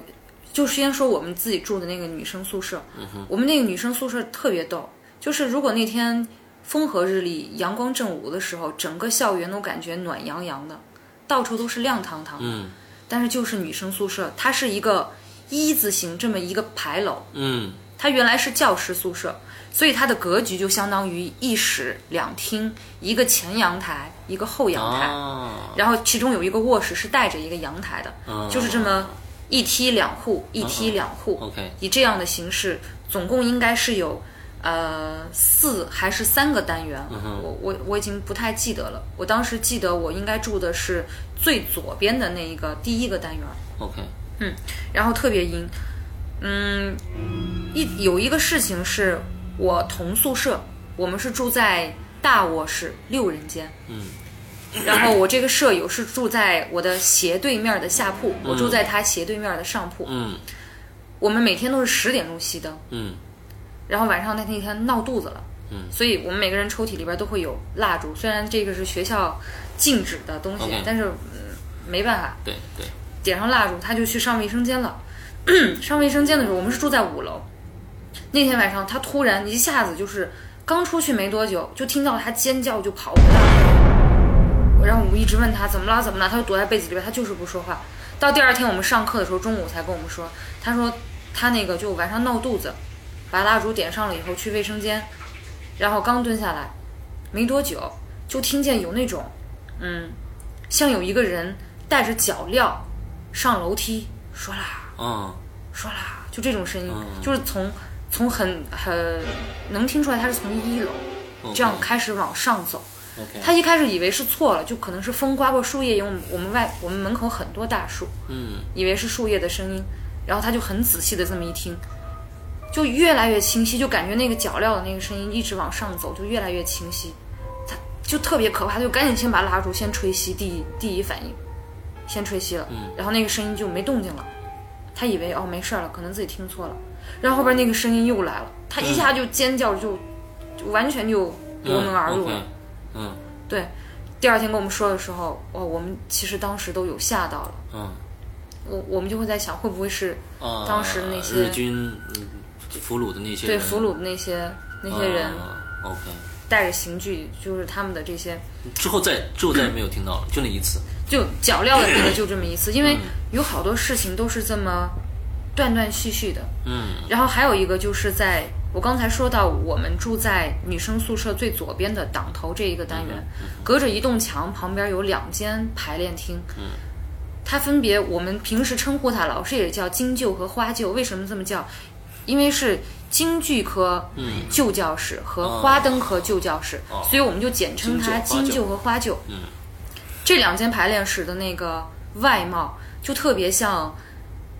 Speaker 2: 就先说我们自己住的那个女生宿舍，
Speaker 1: 嗯
Speaker 2: 我们那个女生宿舍特别逗，就是如果那天风和日丽、阳光正午的时候，整个校园都感觉暖洋洋的，到处都是亮堂堂的。
Speaker 1: 嗯
Speaker 2: 但是就是女生宿舍，它是一个一字形这么一个牌楼，
Speaker 1: 嗯
Speaker 2: 它原来是教师宿舍，所以它的格局就相当于一室两厅，一个前阳台，一个后阳台，
Speaker 1: 啊，
Speaker 2: 然后其中有一个卧室是带着一个阳台的，
Speaker 1: 啊
Speaker 2: 就是这么一梯两户，一梯两户，
Speaker 1: OK
Speaker 2: 以这样的形式，总共应该是有呃四还是三个单元，
Speaker 1: 嗯
Speaker 2: 我我我已经不太记得了。我当时记得我应该住的是最左边的那一个第一个单元，
Speaker 1: OK，
Speaker 2: 然后特别阴。嗯，一有一个事情是我同宿舍，我们是住在大卧室六人间。
Speaker 1: 嗯。
Speaker 2: 然后我这个舍友是住在我的斜对面的下铺，我住在他斜对面的上铺。
Speaker 1: 嗯
Speaker 2: 我们每天都是十点钟熄灯，
Speaker 1: 嗯
Speaker 2: 然后晚上那那天闹肚子了，
Speaker 1: 嗯
Speaker 2: 所以我们每个人抽屉里边都会有蜡烛，虽然这个是学校禁止的东西
Speaker 1: OK
Speaker 2: 但是、嗯、没办法，
Speaker 1: 对对，
Speaker 2: 点上蜡烛，他就去上卫生间了。 上卫生间的时候，我们是住在五楼。那天晚上，他突然一下子就是刚出去没多久，就听到他尖叫，就跑回来了。我让我们一直问他怎么了，怎么了，他就躲在被子里边，他就是不说话。到第二天我们上课的时候，中午才跟我们说，他说他那个就晚上闹肚子，把蜡烛点上了以后去卫生间，然后刚蹲下来，没多久就听见有那种，嗯，像有一个人带着脚镣上楼梯，唰啦
Speaker 1: 嗯
Speaker 2: 唰啦，就这种声音，
Speaker 1: 嗯
Speaker 2: 就是从从很很能听出来他是从一楼这样开始往上走。
Speaker 1: OK，
Speaker 2: 他一开始以为是错了，就可能是风刮过树叶，因为我们我们外我们门口很多大树，
Speaker 1: 嗯
Speaker 2: 以为是树叶的声音，然后他就很仔细的这么一听，就越来越清晰，就感觉那个脚镣的那个声音一直往上走，就越来越清晰，他就特别可怕，他就赶紧先把蜡烛先吹熄，第一第一反应，先吹熄了，
Speaker 1: 嗯
Speaker 2: 然后那个声音就没动静了，他以为哦没事儿了，可能自己听错了，然后后边那个声音又来了，他一下就尖叫，就就完全就夺门而入
Speaker 1: 嗯
Speaker 2: 了。
Speaker 1: ，OK，嗯
Speaker 2: 对，第二天跟我们说的时候，哦，我们其实当时都有吓到了，
Speaker 1: 嗯
Speaker 2: 我我们就会在想，会不会是
Speaker 1: 啊，
Speaker 2: 当时那些
Speaker 1: 日军嗯俘虏的那些
Speaker 2: 对
Speaker 1: 人
Speaker 2: 俘虏的那些那些人
Speaker 1: 嗯啊 OK，
Speaker 2: 带着刑具，就是他们的这些，
Speaker 1: 之后再之后再也没有听到了，就那一次。
Speaker 2: 就脚镣的那个就这么一次，因为有好多事情都是这么断断续续的。
Speaker 1: 嗯
Speaker 2: 然后还有一个就是在我刚才说到，我们住在女生宿舍最左边的档头这一个单元，隔着一栋墙，旁边有两间排练厅。嗯，它分别我们平时称呼它，老师也叫京旧和花旧。为什么这么叫？因为是京剧科旧教室和花灯科旧教室，
Speaker 1: 哦
Speaker 2: 所以我们就简称它
Speaker 1: 京旧花旧
Speaker 2: 京旧和花旧。
Speaker 1: 嗯，
Speaker 2: 这两间排练室的那个外貌就特别像，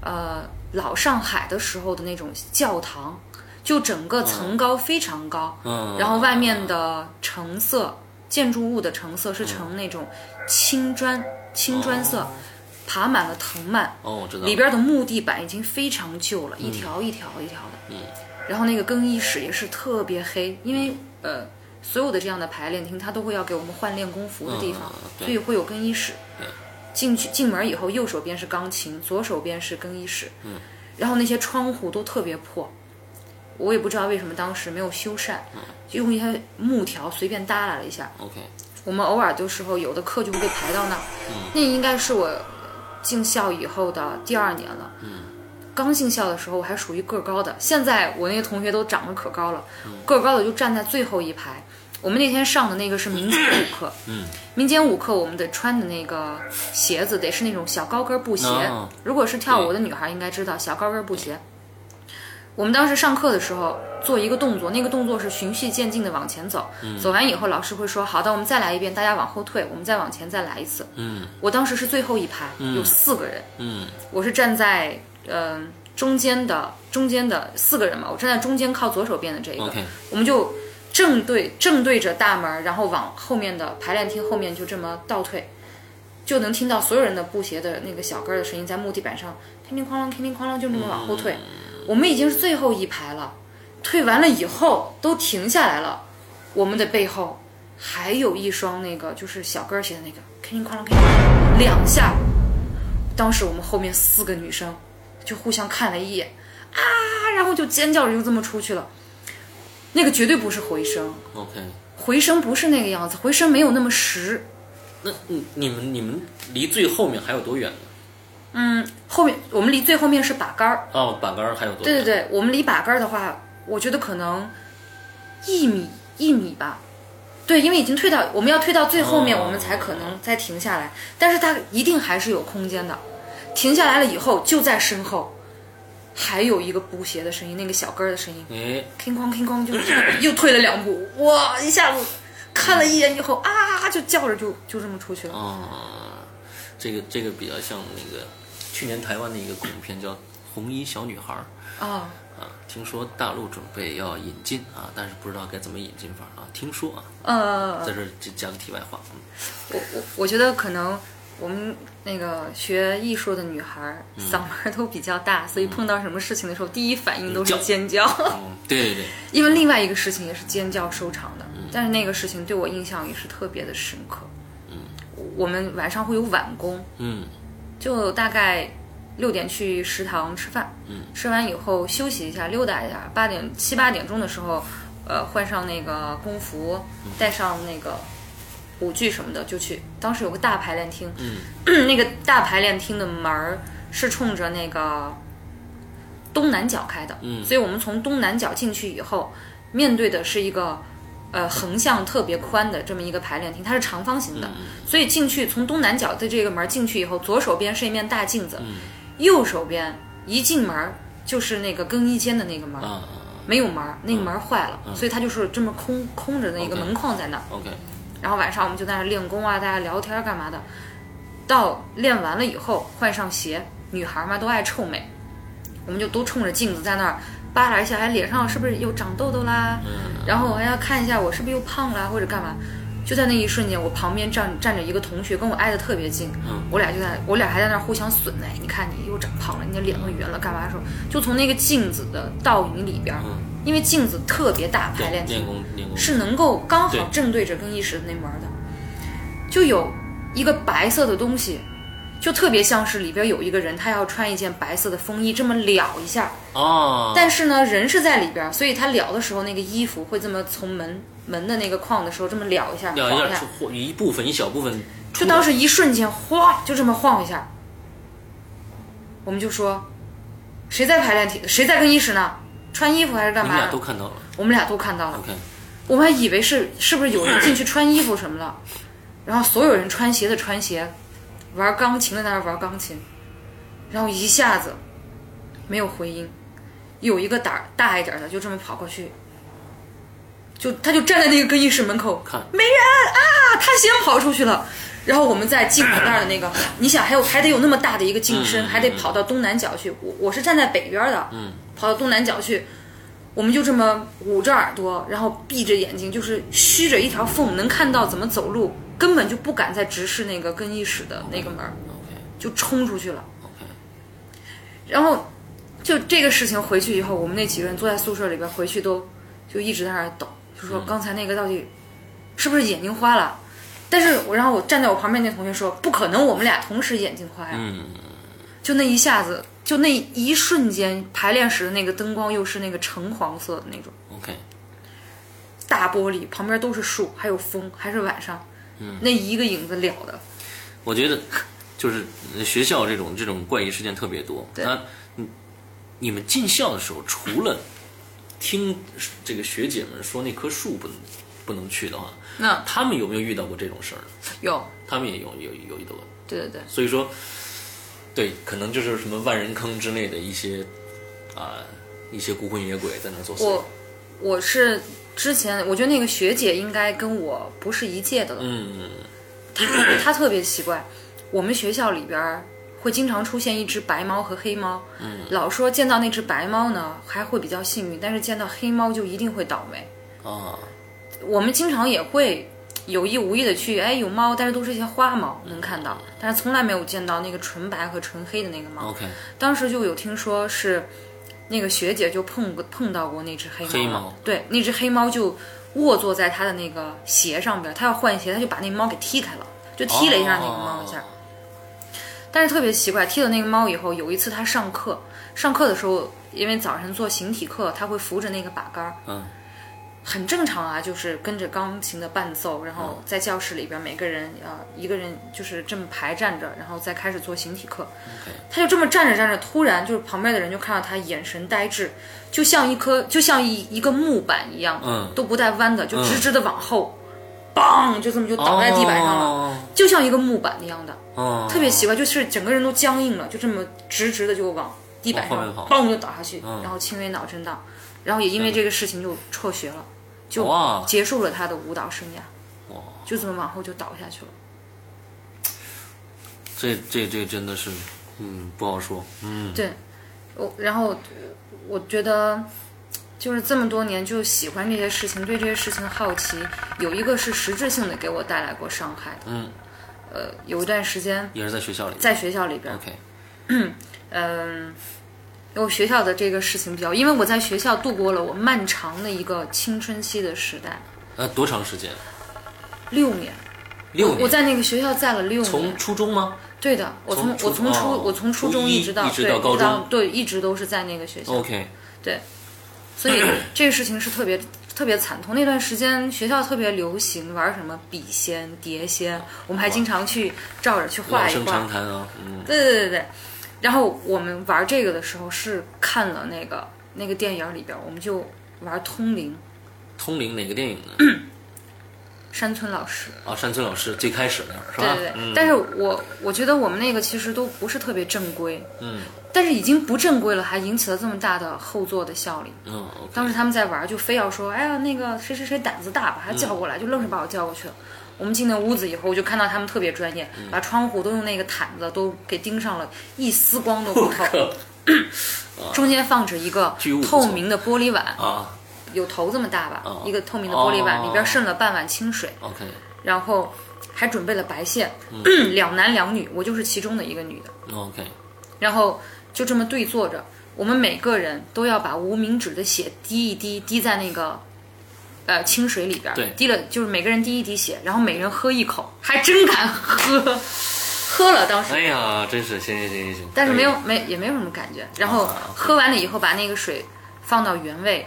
Speaker 2: 呃，老上海的时候的那种教堂，就整个层高非常高，
Speaker 1: 嗯，嗯
Speaker 2: 然后外面的橙色建筑物的橙色是呈那种青砖青砖色，爬满了藤蔓，
Speaker 1: 哦，我知道了
Speaker 2: 里边的木地板已经非常旧了，一条一条一条的。
Speaker 1: 嗯。
Speaker 2: 然后那个更衣室也是特别黑，因为
Speaker 1: 嗯
Speaker 2: 呃，所有的这样的排练厅，它都会要给我们换练功服的地方
Speaker 1: 嗯嗯嗯，嗯对
Speaker 2: 所以会有更衣室
Speaker 1: 对。
Speaker 2: 进去进门以后，右手边是钢琴，左手边是更衣室。嗯。然后那些窗户都特别破，我也不知道为什么当时没有修缮，
Speaker 1: 嗯
Speaker 2: 就用一些木条随便耷拉了一下，
Speaker 1: OK，
Speaker 2: 我们偶尔的时候，有的课就会被排到那儿。那应该是我进校以后的第二年了。刚进校的时候，我还属于个儿高的。现在我那个同学都长得可高了，个儿高的就站在最后一排。我们那天上的那个是民间舞课，民间舞课我们得穿的那个鞋子得是那种小高跟布鞋
Speaker 1: 哦。
Speaker 2: 如果是跳舞的女孩，应该知道小高跟布鞋。我们当时上课的时候做一个动作，那个动作是循序渐进的往前走，走完以后老师会说：“好的，我们再来一遍，大家往后退，我们再往前再来一次。”
Speaker 1: 嗯
Speaker 2: 我当时是最后一排，有四个人，
Speaker 1: 嗯
Speaker 2: 我是站在嗯、呃中间的中间的四个人嘛，我站在中间靠左手边的这一个
Speaker 1: ，OK，
Speaker 2: 我们就正对正对着大门儿，然后往后面的排练厅后面就这么倒退，就能听到所有人的布鞋的那个小跟儿的声音在木地板上叮铃哐啷叮铃哐啷就这么往后退。我们已经是最后一排了，退完了以后都停下来了，我们的背后还有一双那个就是小跟儿鞋的那个叮铃哐啷叮铃哐啷两下，当时我们后面四个女生就互相看了一眼啊，然后就尖叫着就这么出去了。那个绝对不是回声，
Speaker 1: OK，
Speaker 2: 回声不是那个样子，回声没有那么实。
Speaker 1: 那你你们你们离最后面还有多远呢？
Speaker 2: 后面我们离最后面是把杆儿，
Speaker 1: 哦，板杆儿还有多
Speaker 2: 对
Speaker 1: 远？
Speaker 2: 对对，我们离把杆儿的话，我觉得可能一米一米吧。对，因为已经退到我们要退到最后面，
Speaker 1: 哦
Speaker 2: 我们才可能再停下来，但是它一定还是有空间的。停下来了以后，就在身后，还有一个布鞋的声音，那个小跟儿的声音。
Speaker 1: 对，哎，
Speaker 2: 哐哐哐哐，就 又退了两步，哇！一下子看了一眼以后啊，就叫着就就这么出去了。
Speaker 1: 啊，这个这个比较像那个去年台湾的一个恐怖片叫《红衣小女孩》
Speaker 2: 啊，
Speaker 1: 啊，听说大陆准备要引进啊，但是不知道该怎么引进法啊。听说啊，
Speaker 2: 呃，
Speaker 1: 在这儿就加个题外话，嗯
Speaker 2: 我我我觉得可能我们那个学艺术的女孩儿嗓门儿都比较大，所以碰到什么事情的时候，第一反应都是
Speaker 1: 叫
Speaker 2: 嗯尖叫。
Speaker 1: 嗯，对对对，
Speaker 2: 因为另外一个事情也是尖叫收场的，但是那个事情对我印象也是特别的深刻。嗯，我们晚上会有晚工，
Speaker 1: 嗯
Speaker 2: 就大概六点去食堂吃饭，
Speaker 1: 嗯，
Speaker 2: 吃完以后休息一下，溜达一下，八点七八点钟的时候，呃，换上那个工服，带上那个舞具什么的就去。当时有个大排练厅，嗯， 那个大排练厅的门儿是冲着那个东南角开的，
Speaker 1: 嗯
Speaker 2: 所以我们从东南角进去以后，面对的是一个。呃，横向特别宽的这么一个排练厅，它是长方形的，
Speaker 1: 嗯
Speaker 2: 所以进去从东南角的这个门进去以后，左手边是一面大镜子，
Speaker 1: 嗯
Speaker 2: 右手边一进门就是那个更衣间的那个门，
Speaker 1: 啊啊
Speaker 2: 没有门，那个门坏了，所以它就是这么空空着的一个
Speaker 1: OK
Speaker 2: 门框在那儿。
Speaker 1: ，OK，
Speaker 2: 然后晚上我们就在那儿练功啊，大家聊天儿干嘛的。到练完了以后，换上鞋，女孩嘛都爱臭美，我们就都冲着镜子在那儿扒拉一下，哎，脸上是不是又长痘痘啦？
Speaker 1: 嗯
Speaker 2: 然后我还要看一下我是不是又胖啦，或者干嘛。就在那一瞬间，我旁边站站着一个同学，跟我挨得特别近，
Speaker 1: 嗯
Speaker 2: 我俩就在我俩还在那儿互相损呢。哎你看你又长胖了，你的脸又圆了，干嘛的时候，就从那个镜子的倒影里边儿，
Speaker 1: 嗯，
Speaker 2: 因为镜子特别大，排
Speaker 1: 对
Speaker 2: 练，厅
Speaker 1: 练功练功，
Speaker 2: 是能够刚
Speaker 1: 对
Speaker 2: 好正对着更衣室的那门的，就有一个白色的东西，就特别像是里边有一个人，他要穿一件白色的风衣，这么撩一下，
Speaker 1: 啊，
Speaker 2: 但是呢，人是在里边，所以他撩的时候，那个衣服会这么从门门的那个框的时候这么撩一下，
Speaker 1: 两一
Speaker 2: 晃
Speaker 1: 下出或一部分一小部分出
Speaker 2: 就当时一瞬间哗，就这么晃一下，我们就说，谁在排练体，谁在更衣室呢？穿衣服还是干
Speaker 1: 你
Speaker 2: 嘛啊
Speaker 1: 们俩
Speaker 2: 呢
Speaker 1: 都？看到了
Speaker 2: 我们俩都看到了。
Speaker 1: ，OK，
Speaker 2: 我们还以为是是不是有人进去穿衣服什么了，然后所有人穿鞋的穿鞋，玩钢琴的在那儿玩钢琴，然后一下子没有回音，有一个胆儿大一点的就这么跑过去，就他就站在那个更衣室门口，
Speaker 1: 看
Speaker 2: 没人啊，他先跑出去了。然后我们在进口那儿的那个，你想还有还得有那么大的一个进
Speaker 1: 嗯
Speaker 2: 深，
Speaker 1: 嗯嗯
Speaker 2: 还得跑到东南角去。我我是站在北边的，跑到东南角去，我们就这么捂着耳朵，然后闭着眼睛，就是虚着一条缝，能看到怎么走路，根本就不敢再直视那个更衣室的那个门儿，
Speaker 1: ，OK
Speaker 2: 就冲出去了。
Speaker 1: OK，
Speaker 2: 然后就这个事情回去以后，我们那几个人坐在宿舍里边，回去都就一直在那儿抖，就说刚才那个到底是不是眼睛花了？但是我，然后我站在我旁边那同学说，不可能，我们俩同时眼睛花呀。
Speaker 1: 嗯，
Speaker 2: 就那一下子，就那一瞬间，排练室的那个灯光又是那个橙黄色的那种。
Speaker 1: ，OK，
Speaker 2: 大玻璃，旁边都是树，还有风，还是晚上，嗯，那一个影子了的，
Speaker 1: 我觉得 就是呃学校这种这种怪异事件特别多。
Speaker 2: 对
Speaker 1: 那你你们进校的时候，除了听这个学姐们说那棵树不能不能去的话，
Speaker 2: 那
Speaker 1: 他们有没有遇到过这种事儿呢？
Speaker 2: 有，
Speaker 1: 他们也有有有遇到过，
Speaker 2: 对对对，
Speaker 1: 所以说，对，可能就是什么万人坑之类的一些啊、一些孤魂野鬼在那儿作祟。
Speaker 2: 我我是之前我觉得那个学姐应该跟我不是一届的了，
Speaker 1: 嗯嗯
Speaker 2: 她特别奇怪，我们学校里边儿会经常出现一只白猫和黑猫，嗯，老说见到那只白猫呢还会比较幸运，但是见到黑猫就一定会倒霉。
Speaker 1: 啊，
Speaker 2: 我们经常也会有意无意的去，哎，有猫，但是都是一些花猫能看到，但是从来没有见到那个纯白和纯黑的那个猫。
Speaker 1: OK，
Speaker 2: 当时就有听说是那个学姐就碰过碰到过那只黑猫了，
Speaker 1: 黑猫
Speaker 2: 对，那只黑猫就卧坐在她的那个鞋上边，她要换鞋，她就把那猫给踢开了，就踢了一下那个猫一下。但是特别奇怪，踢了那个猫以后，有一次他上课，上课的时候，因为早晨做形体课，他会扶着那个把杆儿，
Speaker 1: 嗯，
Speaker 2: 很正常啊，就是跟着钢琴的伴奏，然
Speaker 1: 嗯
Speaker 2: 后在教室里边每个人呃一个人就是这么排站着，然后再开始做形体课。他就这么站着站着，突然就是旁边的人就看到他眼神呆滞，就像一颗就像一一个木板一样，
Speaker 1: 嗯
Speaker 2: 都不带弯的，就直直的往后，梆、就这么就倒在地板上了，
Speaker 1: 了，
Speaker 2: 就像一个木板一样的。
Speaker 1: 哦，
Speaker 2: 特别奇怪，就是整个人都僵硬了，就这么直直的就往地板
Speaker 1: 往后面跑
Speaker 2: 上嘣就倒下去，
Speaker 1: 嗯
Speaker 2: 然后轻微脑震荡，然后也因为这个事情就辍学了，就
Speaker 1: 哇
Speaker 2: 结束了他的舞蹈生涯，
Speaker 1: 啊哇，
Speaker 2: 就这么往后就倒下去了。
Speaker 1: 这这这真的是，嗯，不好说，嗯
Speaker 2: 对，我然后我觉得就是这么多年就喜欢这些事情，对这些事情好奇，有一个是实质性的给我带来过伤害的，
Speaker 1: 嗯，
Speaker 2: 呃，有一段时间
Speaker 1: 也是在学校里。
Speaker 2: 在学校里边，
Speaker 1: OK，
Speaker 2: 嗯，因为学校的这个事情比较，因为我在学校度过了我漫长的一个青春期的时代，
Speaker 1: 呃，多长时间？
Speaker 2: 六年，
Speaker 1: 六年。
Speaker 2: 我在那个学校在了六年
Speaker 1: 从。初中吗？
Speaker 2: 对的，我从
Speaker 1: 从
Speaker 2: 我从
Speaker 1: 初
Speaker 2: 初
Speaker 1: 哦
Speaker 2: 我从初
Speaker 1: 初
Speaker 2: 中
Speaker 1: 一
Speaker 2: 直到
Speaker 1: 一直
Speaker 2: 对
Speaker 1: 到高中
Speaker 2: 对一直都是在那个学校，
Speaker 1: OK，
Speaker 2: 所以这个事情是特别。特别惨痛，那段时间学校特别流行玩什么笔仙、碟仙，我们还经常去照着去
Speaker 1: 老
Speaker 2: 画一
Speaker 1: 生
Speaker 2: 画
Speaker 1: 常。谈啊，嗯，
Speaker 2: 对对对对。然后我们玩这个的时候是看了那个那个电影里边，我们就玩通灵，
Speaker 1: 通灵哪个电影 呢？
Speaker 2: 山村老师。
Speaker 1: 啊，山村老师最开始的是
Speaker 2: 对
Speaker 1: 吧？
Speaker 2: 对对。
Speaker 1: 嗯
Speaker 2: 但是我我觉得我们那个其实都不是特别正规，
Speaker 1: 嗯
Speaker 2: 但是已经不正规了，还引起了这么大的后座的效力。
Speaker 1: 嗯，OK，
Speaker 2: 当时他们在玩，就非要说，哎呀，那个谁谁谁胆子大，把
Speaker 1: 嗯
Speaker 2: 他叫过来，就愣是把我叫过去了。我们进那屋子以后，我就看到他们特别专业，
Speaker 1: 嗯
Speaker 2: 把窗户都用那个毯子都给钉上了，一丝光
Speaker 1: 哦
Speaker 2: 都不透。中间放着一个
Speaker 1: 巨物不错
Speaker 2: 透明的玻璃碗，
Speaker 1: 啊
Speaker 2: 有头这么大吧，
Speaker 1: 啊
Speaker 2: 一个透明的玻璃碗，
Speaker 1: 哦
Speaker 2: 里边渗了半碗清水，
Speaker 1: ，OK，
Speaker 2: 然后还准备了白线，
Speaker 1: 嗯
Speaker 2: 两男两女，我就是其中的一个女的，
Speaker 1: OK，
Speaker 2: 然后就这么对坐着，我们每个人都要把无名指的血滴一滴滴在那个。呃，清水里边儿
Speaker 1: 对
Speaker 2: 滴了，就是每个人滴一滴血，然后每人喝一口，还真敢喝， 喝了当时，
Speaker 1: 哎呀，真是行行行行行，
Speaker 2: 但是没
Speaker 1: 可
Speaker 2: 有没也没有什么感觉。然后
Speaker 1: 啊，OK
Speaker 2: 喝完了以后，把那个水放到原位，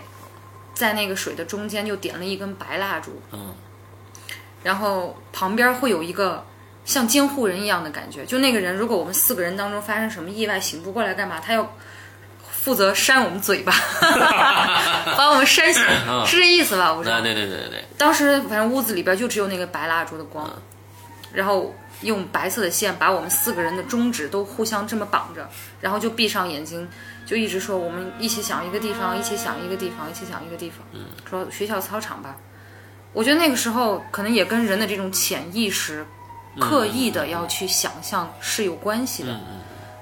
Speaker 2: 在那个水的中间就点了一根白蜡烛，
Speaker 1: 以，嗯
Speaker 2: 然后旁边会有一个像监护人一样的感觉，就那个人，如果我们四个人当中发生什么意外，醒不过来干嘛，他要负责扇我们嘴巴， 把我们扇醒，
Speaker 1: 嗯
Speaker 2: 是这意思吧？我说
Speaker 1: 那啊对对对对对，
Speaker 2: 当时反正屋子里边就只有那个白蜡烛的光，然后用白色的线把我们四个人的中指都互相这么绑着，然后就闭上眼睛，就一直说我们一起想一个地方，一起想一个地方，一起想一个地方。说学校操场吧，我觉得那个时候可能也跟人的这种潜意识。刻意的要去想象是有关系的，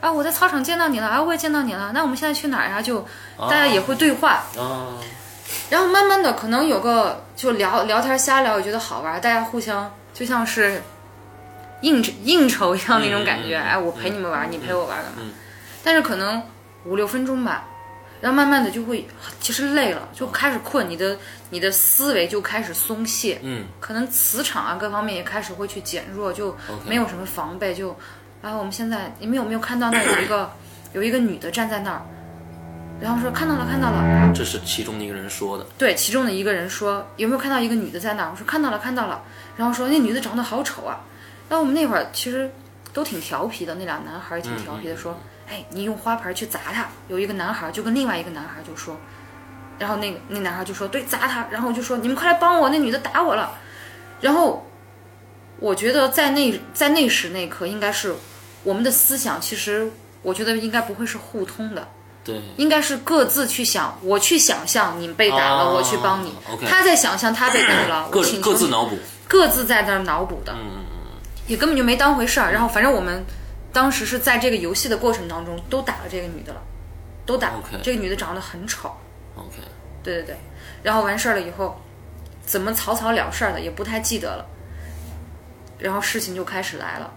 Speaker 2: 啊，我在操场见到你了，啊，我也见到你了，那我们现在去哪儿呀、就大家也会对话，
Speaker 1: 啊，
Speaker 2: 然后慢慢的，可能有个就聊聊天瞎聊，也觉得好玩，大家互相就像是应酬应酬一样那种感觉。
Speaker 1: 嗯嗯嗯
Speaker 2: 哎，我陪你们玩，你陪我玩干嘛？
Speaker 1: 嗯
Speaker 2: 但是可能五六分钟吧，然后慢慢的就会其实累了，就开始困，你的你的思维就开始松懈，
Speaker 1: 嗯
Speaker 2: 可能磁场啊各方面也开始会去减弱，就
Speaker 1: OK
Speaker 2: 没有什么防备，就哎，我们现在你们有没有看到那有一个有一个女的站在那儿，然后说看到了看到了。
Speaker 1: 这是其中一个人说的，
Speaker 2: 对，其中的一个人说：“有没有看到一个女的在那儿？”我说：“看到了，看到了。”然后说：“那女的长得好丑啊。”然后我们那会儿其实都挺调皮的，那俩男孩儿也挺调皮的，说：“哎，你用花盆去砸她。”有一个男孩儿就跟另外一个男孩儿就说，然后那个那男孩儿就说：“对，砸她。”然后我就说：“你们快来帮我，那女的打我了。”然后我觉得在那在那时那一刻，应该是我们的思想其实我觉得应该不会是互通的，
Speaker 1: 对，
Speaker 2: 应该是各自去想，我去想象你被打了，
Speaker 1: 哦
Speaker 2: 我去帮你。
Speaker 1: OK
Speaker 2: 他在想象他被打 了，
Speaker 1: 各
Speaker 2: 我请求
Speaker 1: 各
Speaker 2: 你
Speaker 1: 自脑补。
Speaker 2: 各自在那儿脑补的，
Speaker 1: 嗯
Speaker 2: 也根本就没当回事儿。然后反正我们当时是在这个游戏的过程当中都打了这个女的了，都打了
Speaker 1: OK
Speaker 2: 这个女的长得很丑，
Speaker 1: ，OK，
Speaker 2: 对对对，然后完事儿了以后，怎么草草了事儿的也不太记得了，然后事情就开始来了。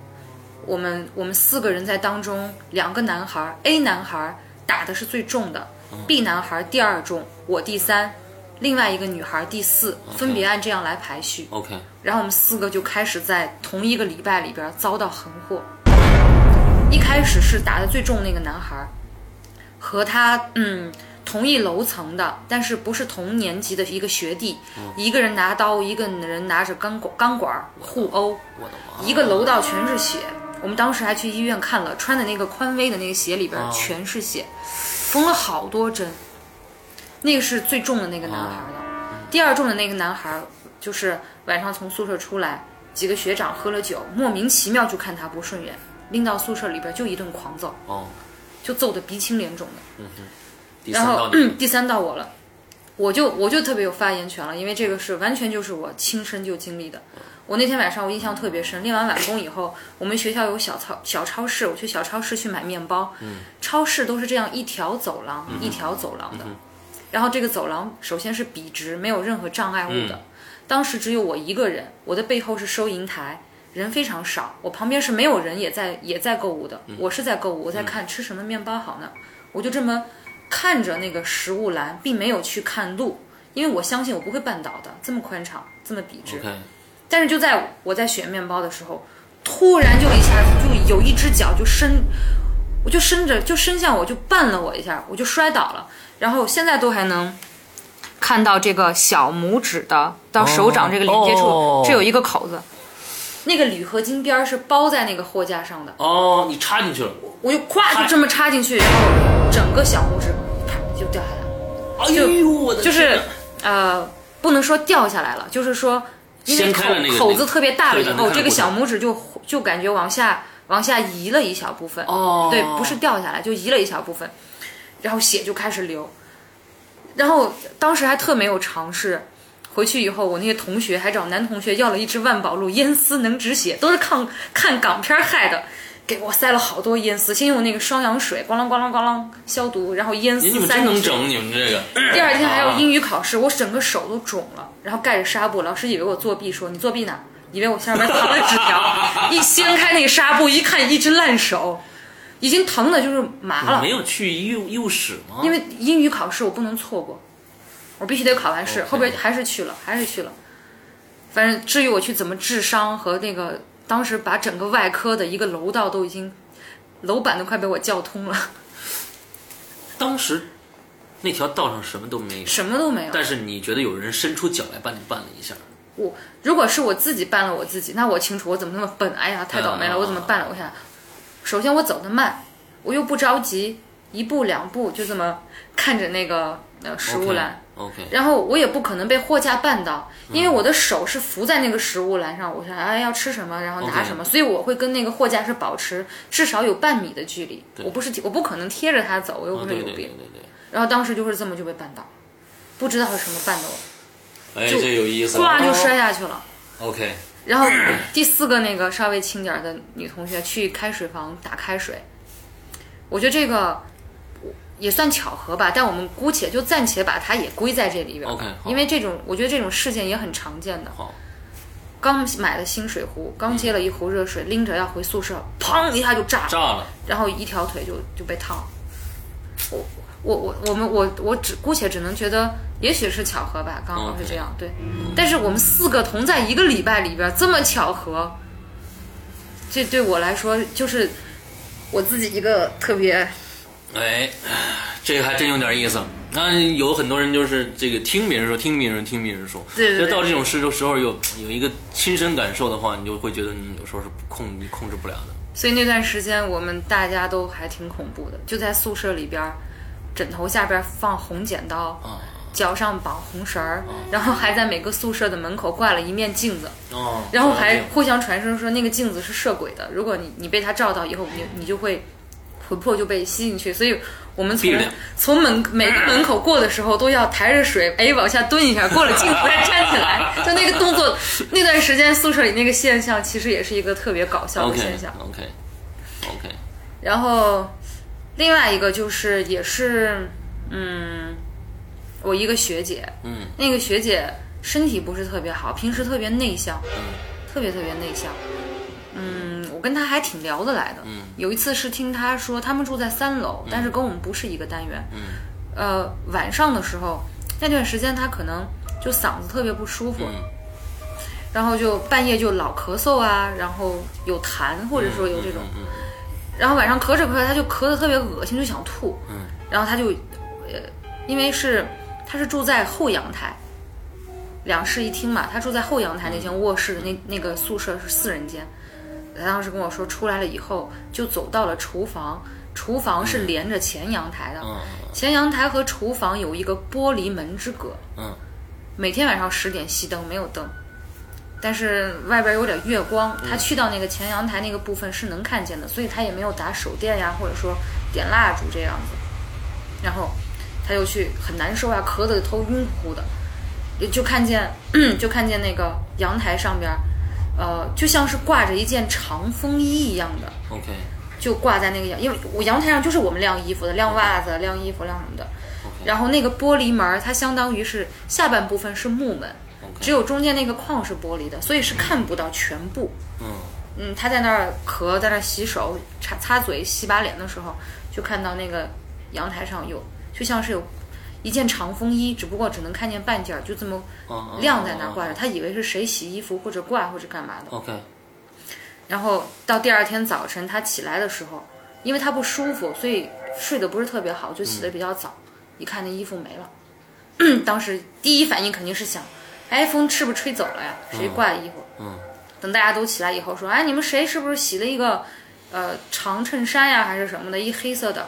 Speaker 2: 我们我们四个人在当中，两个男孩儿，A 男孩儿打的是最重的、b 男孩儿第二重，我第三，另外一个女孩儿第四，分别按这样来排序。
Speaker 1: ，OK，
Speaker 2: 然后我们四个就开始在同一个礼拜里边遭到横祸。一开始是打的最重那个男孩儿，和他嗯同一楼层的，但是不是同年级的一个学弟，一个人拿刀，一个人拿着钢管钢管儿互殴，
Speaker 1: 我的妈，
Speaker 2: 一个楼道全是血。我们当时还去医院看了，穿的那个匡威的那个鞋里边
Speaker 1: 哦
Speaker 2: 全是血，缝了好多针。那个是最重的那个男孩了，第二重的那个男孩就是晚上从宿舍出来，几个学长喝了酒，莫名其妙就看他不顺眼，拎到宿舍里边就一顿狂揍，
Speaker 1: 哦，
Speaker 2: 就揍得鼻青脸肿的。
Speaker 1: 第
Speaker 2: 然
Speaker 1: 三
Speaker 2: 后
Speaker 1: 道你，
Speaker 2: 第三到我了，我就我就特别有发言权了，因为这个是完全就是我亲身就经历的。我那天晚上我印象特别深，练完晚功以后，我们学校有小超小超市，我去小超市去买面包。超市都是这样一条走廊、一条走廊的，然后这个走廊首先是笔直，没有任何障碍物的。当时只有我一个人，我的背后是收银台，人非常少，我旁边是没有人，也在也在购物的，我是在购物，我在看吃什么面包好呢，我就这么看着那个食物栏，并没有去看路，因为我相信我不会绊倒的，这么宽敞，这么笔直。
Speaker 1: OK，
Speaker 2: 但是就在我在选面包的时候，突然就一下子就有一只脚就伸，我就伸着就伸向我，就绊了我一下，我就摔倒了。然后现在都还能看到这个小拇指的到手掌这个连接处，
Speaker 1: 哦
Speaker 2: 这有一个口子。那个铝合金边儿是包在那个货架上的，
Speaker 1: 哦，你插进去了，
Speaker 2: 我就咵就这么插进去，然后整个小拇指啪就掉下来了。
Speaker 1: 哎呦，我的
Speaker 2: 就
Speaker 1: 天
Speaker 2: 是
Speaker 1: 哪
Speaker 2: 呃，不能说掉下来了，就是说因为
Speaker 1: 掀
Speaker 2: 口
Speaker 1: 开了那个
Speaker 2: 口子特别大了
Speaker 1: 对
Speaker 2: 以
Speaker 1: 咱们
Speaker 2: 后，
Speaker 1: 看
Speaker 2: 这个
Speaker 1: 过
Speaker 2: 小拇指就就感觉往下往下移了一小部分。
Speaker 1: 哦
Speaker 2: 对，不是掉下来，就移了一小部分，然后血就开始流。然后当时还特没有尝试，回去以后，我那些同学还找男同学要了一支万宝路烟丝能止血，都是看看港片害的，给我塞了好多烟丝，先用那个双氧水咣啷咣啷咣啷消毒，然后烟丝
Speaker 1: 你们
Speaker 2: 塞
Speaker 1: 真
Speaker 2: 进
Speaker 1: 能
Speaker 2: 去。
Speaker 1: 整，你们这个。
Speaker 2: 第二天还有英语考试，我整个手都肿了，然后盖着纱布，老师以为我作弊，说你作弊呢，以为我下面藏了纸 条，一掀开那个纱布，一看一只烂手，已经疼的就是麻
Speaker 1: 你
Speaker 2: 了
Speaker 1: 没，有去医务医务室吗？
Speaker 2: 因为英语考试我不能错过，我必须得考完试，
Speaker 1: OK
Speaker 2: 后边还是去了，还是去了，反正至于我去怎么治伤和那个当时把整个外科的一个楼道都已经楼板都快被我叫通了，
Speaker 1: 当时那条道上什么都没有，
Speaker 2: 什么都没有。
Speaker 1: 但是你觉得有人伸出脚来把你绊了一下，
Speaker 2: 我如果是我自己绊了我自己，那我清楚我怎么那么笨，哎呀，太倒霉了，
Speaker 1: 嗯
Speaker 2: 我怎么办了？我想，首先我走得慢，我又不着急，一步两步就这么看着那个呃食物栏
Speaker 1: OK，
Speaker 2: 然后我也不可能被货架绊倒，因
Speaker 1: 嗯
Speaker 2: 为我的手是扶在那个食物栏上，我想哎要吃什么，然后拿
Speaker 1: OK
Speaker 2: 什么所以我会跟那个货架是保持至少有半米的距离，
Speaker 1: 对
Speaker 2: 我不是我不可能贴着它走，我又
Speaker 1: 啊
Speaker 2: 不是
Speaker 1: 对
Speaker 2: 有
Speaker 1: 对对
Speaker 2: 病，
Speaker 1: 对对，
Speaker 2: 然后当时就是这么就被绊倒，不知道是什么绊的我，
Speaker 1: 哎，
Speaker 2: 就
Speaker 1: 这有意思了，
Speaker 2: 唰就摔下去了。
Speaker 1: OK，
Speaker 2: 然后第四个那个稍微轻点儿的女同学去开水房打开水，我觉得这个也算巧合吧，但我们姑且就暂且把它也归在这里边儿
Speaker 1: OK，好
Speaker 2: 因为这种我觉得这种事件也很常见的。
Speaker 1: 好，
Speaker 2: 刚买了新水壶，刚接了一壶热水，拎着要回宿舍，砰一下就炸了，
Speaker 1: 炸了，
Speaker 2: 然后一条腿就就被烫了。我我我我们我我只姑且只能觉得，也许是巧合吧，刚好是这样对。但是我们四个同在一个礼拜里边，这么巧合，这对我来说就是我自己一个特别
Speaker 1: 哎，这个还真有点意思。那有很多人就是这个听别人说，听别人听别人说，
Speaker 2: 对对对
Speaker 1: 就到这种事的时候有有一个亲身感受的话，你就会觉得你有时候是控你控制不了的。
Speaker 2: 所以那段时间我们大家都还挺恐怖的，就在宿舍里边儿，枕头下边儿放红剪
Speaker 1: 哦
Speaker 2: 刀，
Speaker 1: 啊
Speaker 2: 脚上绑红绳儿，然后还在每个宿舍的门口挂了一面镜子，
Speaker 1: 哦，
Speaker 2: 然后还互相传声说那个镜子是摄鬼的，如果你你被它照到以后，你你就会魂魄就被吸进去，所以我们
Speaker 1: 闭
Speaker 2: 从
Speaker 1: 着脸
Speaker 2: 从门每个门口过的时候，都要抬着水， 哎，往下蹲一下，过了镜头再站起来， 就那个动作。那段时间宿舍里那个现象，其实也是一个特别搞笑的
Speaker 1: OK
Speaker 2: 现象。
Speaker 1: OK OK，
Speaker 2: 然后另外一个就是也是，嗯，我一个学姐，
Speaker 1: 嗯，
Speaker 2: 那个学姐身体不是特别好，平时特别内向，特别特别内向。嗯，我跟她还挺聊得来的。嗯，有一次是听她说，他们住在三楼，但是跟我们不是一个单元。嗯，呃，晚上的时候那段时间她可能就嗓子特别不舒服，
Speaker 1: 嗯
Speaker 2: 然后就半夜就老咳嗽啊，然后有痰，或者说有这种。
Speaker 1: 嗯
Speaker 2: 然后晚上咳着咳着，他就咳得特别恶心，就想吐。
Speaker 1: 嗯，
Speaker 2: 然后他就，呃，因为是他是住在后阳台，两室一厅嘛，他住在后阳台那
Speaker 1: 嗯
Speaker 2: 间卧室的那那个宿舍是四人间。他当时跟我说，出来了以后就走到了厨房，厨房是连着前阳台的，
Speaker 1: 嗯
Speaker 2: 前阳台和厨房有一个玻璃门之隔。
Speaker 1: 嗯
Speaker 2: 每天晚上十点熄灯，没有灯，但是外边有点月光，他去到那个前阳台那个部分是能看见的，所以他也没有打手电呀，或者说点蜡烛这样子。然后他又去很难受啊，咳得头晕乎乎的，就就看见 就看见那个阳台上边，呃，就像是挂着一件长风衣一样的，
Speaker 1: OK
Speaker 2: 就挂在那个阳，因为我阳台上就是我们晾衣服的，晾袜子、晾衣服、晾什么的。
Speaker 1: OK
Speaker 2: 然后那个玻璃门儿，它相当于是下半部分是木门，
Speaker 1: OK，
Speaker 2: 只有中间那个框是玻璃的，所以是看不到全部。
Speaker 1: 嗯
Speaker 2: 嗯，他在那儿咳，在那儿洗手、擦擦嘴、洗把脸的时候，就看到那个阳台上有，就像是有一件长风衣，只不过只能看见半件儿，就这么
Speaker 1: 嗯
Speaker 2: 晾在那儿挂着。他以为是谁洗衣服或者挂或者干嘛的。
Speaker 1: OK
Speaker 2: 然后到第二天早晨他起来的时候，因为他不舒服，所以睡得不是特别好，就起
Speaker 1: 嗯
Speaker 2: 得比较早。一看那衣服没了， 当时第一反应肯定是想，哎，风是不是吹走了呀？谁挂的衣服？
Speaker 1: 嗯
Speaker 2: 等大家都起来以后说，哎，你们谁是不是洗了一个呃长衬衫呀、还是什么的，一黑色的，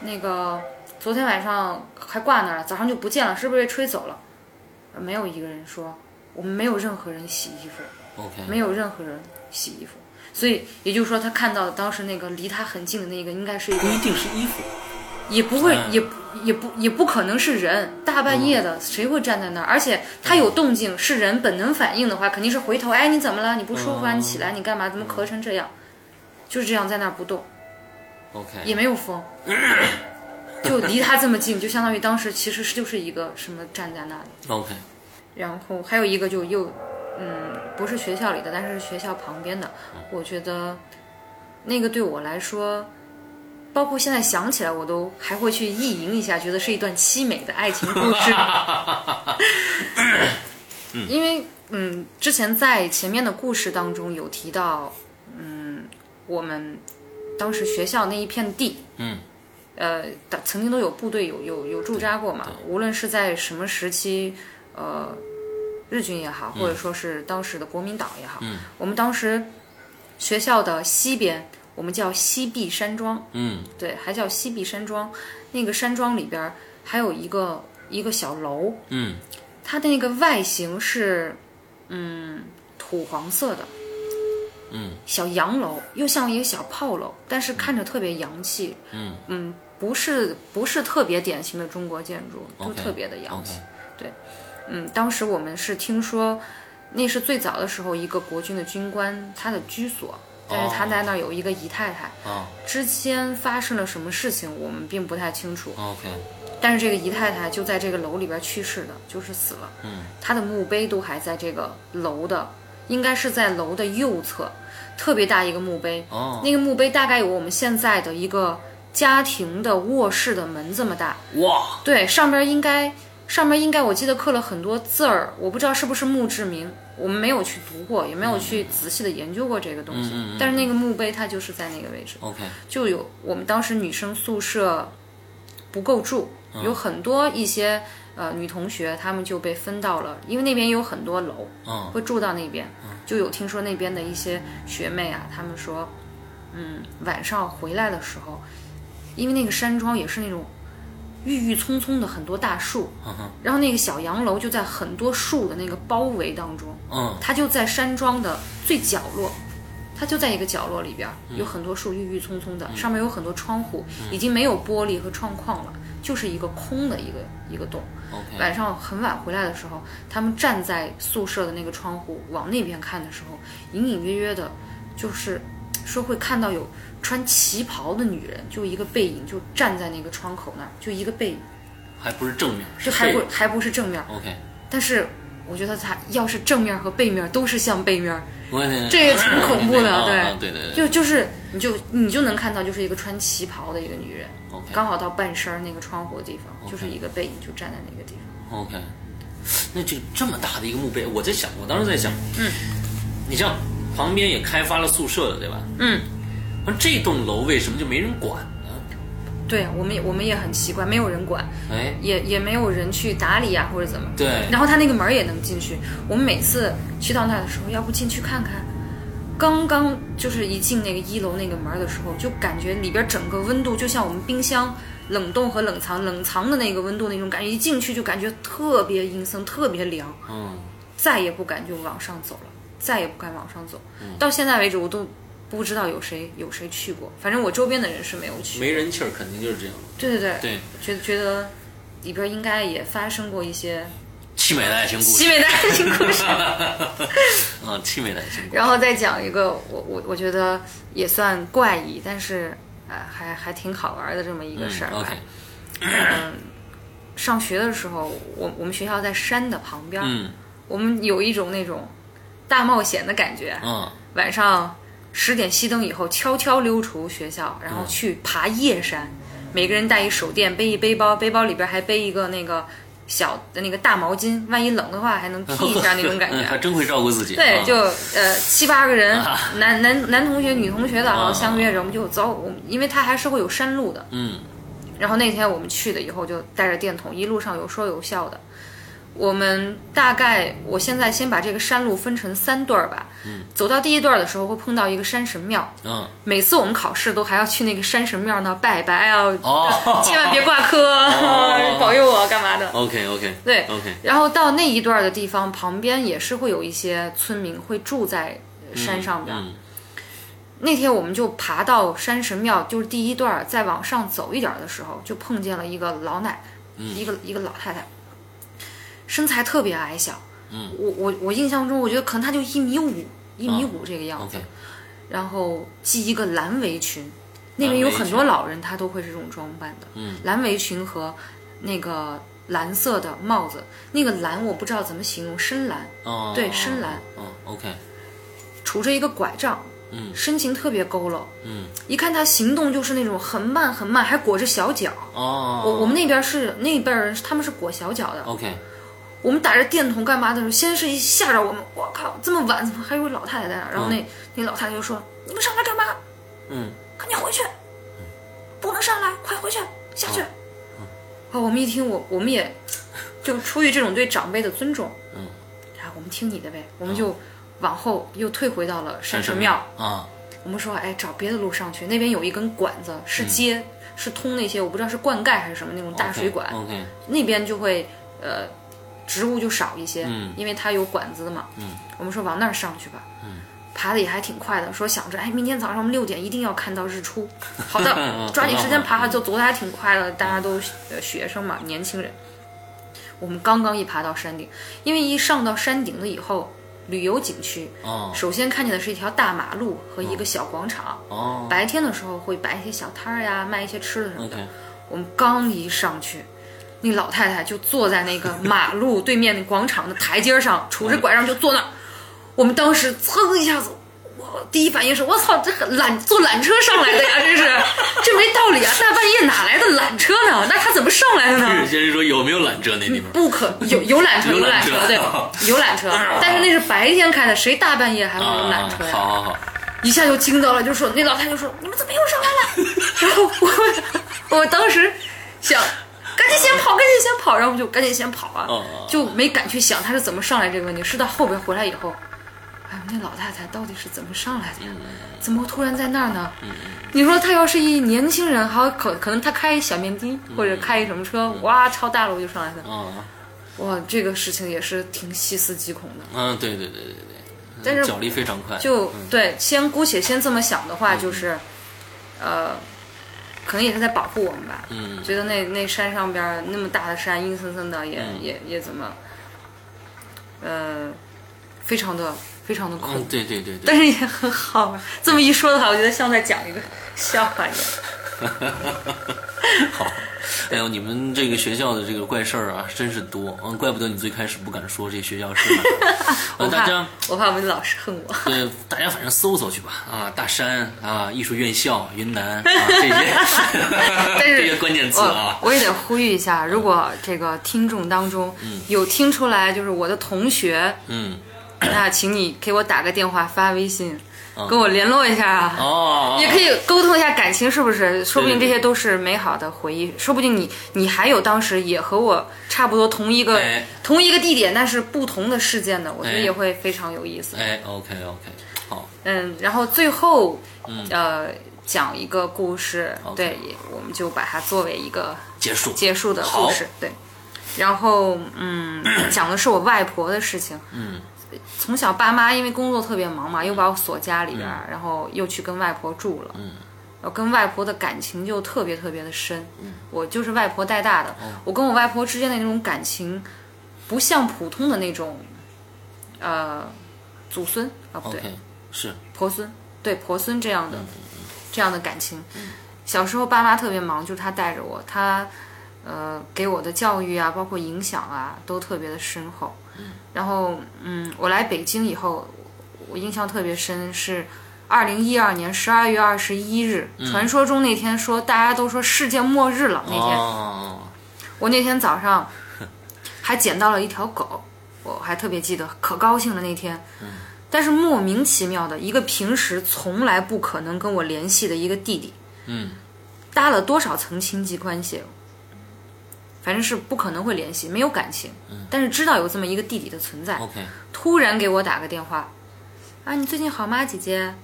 Speaker 2: 那个昨天晚上还挂那儿了，早上就不见了，是不是被吹走了？没有一个人说，我们没有任何人洗衣服。
Speaker 1: OK
Speaker 2: 没有任何人洗衣服，所以也就是说，他看到当时那个离他很近的那个，应该是一
Speaker 1: 不
Speaker 2: 个，
Speaker 1: 一定是衣服，
Speaker 2: 也不会，
Speaker 1: 嗯
Speaker 2: 也不也不也不可能是人，大半夜的谁会站在那儿？而且他有动静，是人本能反应的话，肯定是回头，哎，你怎么了？你不舒服啊？
Speaker 1: 嗯
Speaker 2: 你起来，你干嘛？怎么咳成这样？就是这样在那儿不动，也
Speaker 1: OK
Speaker 2: 没有风，就离他这么近，就相当于当时其实是就是一个什么站在那里。
Speaker 1: OK
Speaker 2: 然后还有一个就又，嗯，不是学校里的，但是是学校旁边的。我觉得那个对我来说，包括现在想起来，我都还会去意淫一下，觉得是一段凄美的爱情故事。因为嗯，之前在前面的故事当中有提到，嗯，我们当时学校那一片地，
Speaker 1: 嗯
Speaker 2: 呃，的曾经都有部队有有有驻扎过嘛，无论是在什么时期，呃，日军也好，或者说是当时的国民党也好，
Speaker 1: 嗯
Speaker 2: 我们当时学校的西边，我们叫西壁山庄，
Speaker 1: 嗯
Speaker 2: 对，还叫西壁山庄。那个山庄里边儿还有一个一个小楼，
Speaker 1: 嗯
Speaker 2: 它的那个外形是，嗯，土黄色的，
Speaker 1: 嗯，
Speaker 2: 小洋楼，又像一个小炮楼，但是看着特别洋气，
Speaker 1: 嗯
Speaker 2: 嗯，不是不是特别典型的中国建筑，都
Speaker 1: OK，
Speaker 2: 特别的洋
Speaker 1: OK
Speaker 2: 气。嗯，当时我们是听说，那是最早的时候一个国军的军官他的居所，
Speaker 1: 哦
Speaker 2: 但是他在那儿有一个姨太太，
Speaker 1: 啊
Speaker 2: 之间发生了什么事情我们并不太清楚，
Speaker 1: OK
Speaker 2: 但是这个姨太太就在这个楼里边去世的，就是死了。
Speaker 1: 嗯，
Speaker 2: 她的墓碑都还在这个楼的，应该是在楼的右侧，特别大一个墓碑。
Speaker 1: 哦
Speaker 2: 那个墓碑大概有我们现在的一个家庭的卧室的门这么大。
Speaker 1: 哇
Speaker 2: 对，上边应该上边应该我记得刻了很多字儿，我不知道是不是墓志铭，我们没有去读过，也没有去仔细的研究过这个东
Speaker 1: 嗯
Speaker 2: 西。
Speaker 1: 嗯嗯嗯
Speaker 2: 但是那个墓碑它就是在那个位置。
Speaker 1: OK
Speaker 2: 就有我们当时女生宿舍不够住，
Speaker 1: 嗯
Speaker 2: 有很多一些呃女同学她们就被分到了，因为那边有很多楼，
Speaker 1: 嗯
Speaker 2: 会住到那边，就有听说那边的一些学妹啊，她们说，嗯，晚上回来的时候，因为那个山庄也是那种郁郁葱葱的很多大树，
Speaker 1: 嗯哼
Speaker 2: 然后那个小洋楼就在很多树的那个包围当中，
Speaker 1: 嗯
Speaker 2: 它就在山庄的最角落，它就在一个角落里边，
Speaker 1: 嗯
Speaker 2: 有很多树郁郁葱葱的，上面有很多窗户，已经没有玻璃和窗框了，就是一个空的一个一个洞。
Speaker 1: ，OK，
Speaker 2: 晚上很晚回来的时候，他们站在宿舍的那个窗户往那边看的时候，隐隐约约的，就是说会看到有穿旗袍的女人，就一个背影，就站在那个窗口那儿，就一个背影，
Speaker 1: 还不是正面，
Speaker 2: 就是还
Speaker 1: 背
Speaker 2: 不还不是正面，
Speaker 1: OK，
Speaker 2: 但是我觉得他要是正面和背面都是像背面，
Speaker 1: 我也
Speaker 2: 这也挺 恐怖的
Speaker 1: 啊
Speaker 2: 对
Speaker 1: 啊对对对
Speaker 2: 就就是你就你就能看到就是一个穿旗袍的一个女人，
Speaker 1: ，OK
Speaker 2: 刚好到半身儿那个窗户的地方，就是一个背影就站在那个地方。
Speaker 1: OK，那这这么大的一个墓碑，我在想，我当时在想，嗯，你像旁边也开发了宿舍了，对吧？
Speaker 2: 嗯，
Speaker 1: 那这栋楼为什么就没人管呢？
Speaker 2: 对啊我们也我们也很奇怪，没有人管，
Speaker 1: 哎，
Speaker 2: 也也没有人去打理呀、或者怎么。
Speaker 1: 对，
Speaker 2: 然后他那个门儿也能进去，我们每次去到那儿的时候，要不进去看看。刚刚就是一进那个一楼那个门儿的时候，就感觉里边整个温度就像我们冰箱冷冻和冷藏冷藏的那个温度那种感觉，一进去就感觉特别阴森，特别凉，
Speaker 1: 嗯，
Speaker 2: 再也不敢就往上走了，再也不敢往上走。到现在为止，我都不知道有谁有谁去过，反正我周边的人是没有去。
Speaker 1: 没人气儿，肯定就是这样。
Speaker 2: 对对对，
Speaker 1: 对，
Speaker 2: 觉得觉得里边应该也发生过一些
Speaker 1: 凄美的爱情故
Speaker 2: 凄
Speaker 1: 事，
Speaker 2: 美的爱情 故事。
Speaker 1: 啊，凄美的爱情故事。
Speaker 2: 然后再讲一个，我我我觉得也算怪异，但是呃还还挺好玩的这么一个事儿
Speaker 1: 嗯
Speaker 2: 吧。
Speaker 1: ，OK，
Speaker 2: 上学的时候，我我们学校在山的旁边，
Speaker 1: 嗯
Speaker 2: 我们有一种那种大冒险的感觉。
Speaker 1: 嗯，
Speaker 2: 晚上十点熄灯以后，悄悄溜出学校，然后去爬夜山。每个人带一手电，背一背包，背包里边还背一个那个小的那个大毛巾，万一冷的话还能披一下那种感
Speaker 1: 嗯还
Speaker 2: 觉。
Speaker 1: 真会照顾自己。
Speaker 2: 对，
Speaker 1: 啊
Speaker 2: 就呃七八个人，男男男同学、女同学的，然后相约着我们就走。我们因为它还是会有山路的，
Speaker 1: 嗯
Speaker 2: 然后那天我们去了以后，就带着电筒，一路上有说有笑的。我们大概，我现在先把这个山路分成三段儿吧。嗯，走到第一段儿的时候，会碰到一个山神庙。
Speaker 1: 嗯，
Speaker 2: 每次我们考试都还要去那个山神庙那儿拜拜啊，
Speaker 1: 哦
Speaker 2: 千万别挂科，保佑我干嘛的。
Speaker 1: ，OK OK，
Speaker 2: 对
Speaker 1: 哦 OK，
Speaker 2: 然后到那一段儿的地方旁边也是会有一些村民会住在山上边儿。
Speaker 1: 嗯
Speaker 2: 那天我们就爬到山神庙，就是第一段儿，再往上走一点儿的时候，就碰见了一个老奶，
Speaker 1: 嗯
Speaker 2: 一个一个老太太，身材特别矮小。
Speaker 1: 嗯，啊
Speaker 2: 我我我印象中，我觉得可能她就一米五，一米五这个样子，
Speaker 1: ，OK，
Speaker 2: 然后系一个蓝围裙，那边有很多老人，他都会是这种装扮的。
Speaker 1: 嗯，
Speaker 2: 蓝围裙和那个蓝色的帽子，那个蓝我不知道怎么形容，深蓝，
Speaker 1: 哦，
Speaker 2: 对深蓝，
Speaker 1: 嗯，OK，
Speaker 2: 杵着一个拐杖，
Speaker 1: 嗯
Speaker 2: 身形特别佝偻。
Speaker 1: 嗯，
Speaker 2: 一看他行动就是那种很慢很慢，还裹着小脚。
Speaker 1: 哦，嗯
Speaker 2: 我我们那边是那边人，他们是裹小脚的。
Speaker 1: OK，
Speaker 2: 我们打着电筒干嘛的时候，先是一吓着我们，我靠，这么晚怎么还有个老太太在那儿？然后那、那老太太就说：“你们上来干嘛？
Speaker 1: 嗯
Speaker 2: 赶紧回去，不能上来，快回去，下去。哦，我们一听，我我们也就出于这种对长辈的尊重，
Speaker 1: 嗯，
Speaker 2: 啊，我们听你的呗，我们就往后又退回到了山神庙。
Speaker 1: 啊，
Speaker 2: 我们说，哎，找别的路上去，那边有一根管子，是
Speaker 1: 嗯
Speaker 2: 接、是通那些我不知道是灌溉还是什么那种
Speaker 1: 哦
Speaker 2: 大水管
Speaker 1: OK，
Speaker 2: 那边就会呃植物就少一些，
Speaker 1: 嗯
Speaker 2: 因为它有管子的嘛。
Speaker 1: 嗯，
Speaker 2: 我们说往那儿上去吧。嗯，爬的也还挺快的，说想着哎，明天早上我们六点一定要看到日 出。好的
Speaker 1: 嗯，
Speaker 2: 抓紧时间爬，就走的还挺快的，大家都呃学生嘛，年轻人。我们刚刚一爬到山顶，因为一上到山顶了以后，旅游景区
Speaker 1: 哦
Speaker 2: 首先看见的是一条大马路和一个小广场。
Speaker 1: 哦
Speaker 2: 白天的时候会摆一些小摊儿呀，卖一些吃的什么的。
Speaker 1: ，OK，
Speaker 2: 我们刚一上去，那老太太就坐在那个马路对面那广场的台阶上，杵着
Speaker 1: 嗯
Speaker 2: 拐杖就坐那儿。我们当时噌一下子，我第一反应是：我操，这缆坐缆车上来的呀， 这是这没道理啊！大半夜哪来的缆车呢？那他怎么上来的
Speaker 1: 这
Speaker 2: 呢
Speaker 1: 有？些人说有没有缆车那地方？啊
Speaker 2: 不可有有缆车，
Speaker 1: 有
Speaker 2: 有缆
Speaker 1: 缆
Speaker 2: 车
Speaker 1: 车，
Speaker 2: 对，有缆车，但是那是白天开的，谁大半夜还会有嗯缆
Speaker 1: 啊，
Speaker 2: 车呀？
Speaker 1: 好好好，
Speaker 2: 一下就惊到了，就说那老太太就说你们怎么又上来了？ 然后我我当时想赶紧先跑，赶紧先跑，然后我们就赶紧先跑啊，
Speaker 1: 哦哦
Speaker 2: 就没敢去想她是怎么上来这个问题，是到后边回来以后，哎，那老太太到底是怎么上来的
Speaker 1: 嗯
Speaker 2: 呀？怎么突然在那儿呢？你说她要是一年轻人，还有可可能她开一小面的或者开一什么车，哇，超大楼就上来了，
Speaker 1: 嗯
Speaker 2: 哇，这个事情也是挺细思极恐的。
Speaker 1: 嗯，对对对对对，
Speaker 2: 但是
Speaker 1: 脚力非常快，嗯
Speaker 2: 就对，先姑且先这么想的话，就是，呃，可能也是在保护我们吧。
Speaker 1: 嗯
Speaker 2: 觉得那那山上边儿那么大的山，阴森森的，也、
Speaker 1: 嗯
Speaker 2: 也也怎么，呃，非常的非常的酷，
Speaker 1: 嗯，对对对对，
Speaker 2: 但是也很好玩。这么一说的话，我觉得像在讲一个笑话一样。
Speaker 1: 嗯好，哎呦，你们这个学校的这个怪事儿啊，真是多，嗯，怪不得你最开始不敢说这学校是哪 儿。
Speaker 2: 我
Speaker 1: 呃，大
Speaker 2: 怕
Speaker 1: 家
Speaker 2: 我怕我们老师恨 我。
Speaker 1: 对，大家反正搜搜去吧啊，大山啊，艺术院校，云南啊，这些
Speaker 2: 但是
Speaker 1: 这些关键词啊，
Speaker 2: 我我也得呼吁一下，如果这个听众当中有听出来就是我的同学，
Speaker 1: 嗯，
Speaker 2: 那啊请你给我打个电话发微信，
Speaker 1: 嗯
Speaker 2: 跟我联络一下啊。
Speaker 1: 哦，
Speaker 2: 也
Speaker 1: 哦
Speaker 2: 可以沟通一下感情，是不是？说不定
Speaker 1: 对
Speaker 2: 这
Speaker 1: 对
Speaker 2: 些都是美好的回忆，说不定你你还有当时也和我差不多同一个、
Speaker 1: 哎
Speaker 2: 同一个地点，但是不同的事件呢，我觉得
Speaker 1: 哎
Speaker 2: 也会非常有意思。
Speaker 1: 哎，OK OK，好，
Speaker 2: 嗯，然后最后，呃，讲一个故事
Speaker 1: 嗯 OK
Speaker 2: 对，也我们就把它作为一个
Speaker 1: 结束，
Speaker 2: 结束的
Speaker 1: 好
Speaker 2: 故事，对。然后，嗯，讲的是我外婆的事情。
Speaker 1: 嗯，
Speaker 2: 从小爸妈因为工作特别忙嘛，又把我锁家里边儿，然后又去跟外婆住了。
Speaker 1: 嗯，
Speaker 2: 我跟外婆的感情就特别特别的深。嗯，我就是外婆带大的，
Speaker 1: 哦
Speaker 2: 我跟我外婆之间的那种感情，不像普通的那种，呃，祖孙啊不对
Speaker 1: OK，是，
Speaker 2: 婆孙，对婆孙这样的、这样的感情。小时候爸妈特别忙，就是他带着我，他呃给我的教育啊，包括影响啊，都特别的深厚。然后嗯，我来北京以后，我印象特别深是。二零一二年十二月二十一日，传说中那天说大家都说世界末日了。那天、
Speaker 1: 哦，
Speaker 2: 我那天早上还捡到了一条狗，我还特别记得，可高兴了那天。
Speaker 1: 嗯
Speaker 2: 但是莫名其妙的，一个平时从来不可能跟我联系的一个弟弟，
Speaker 1: 嗯，
Speaker 2: 搭了多少层亲戚关系，反正是不可能会联系，没有感情。但是知道有这么一个弟弟的存在，
Speaker 1: 嗯 OK，
Speaker 2: 突然给我打个电话，啊，你最近好吗，姐姐？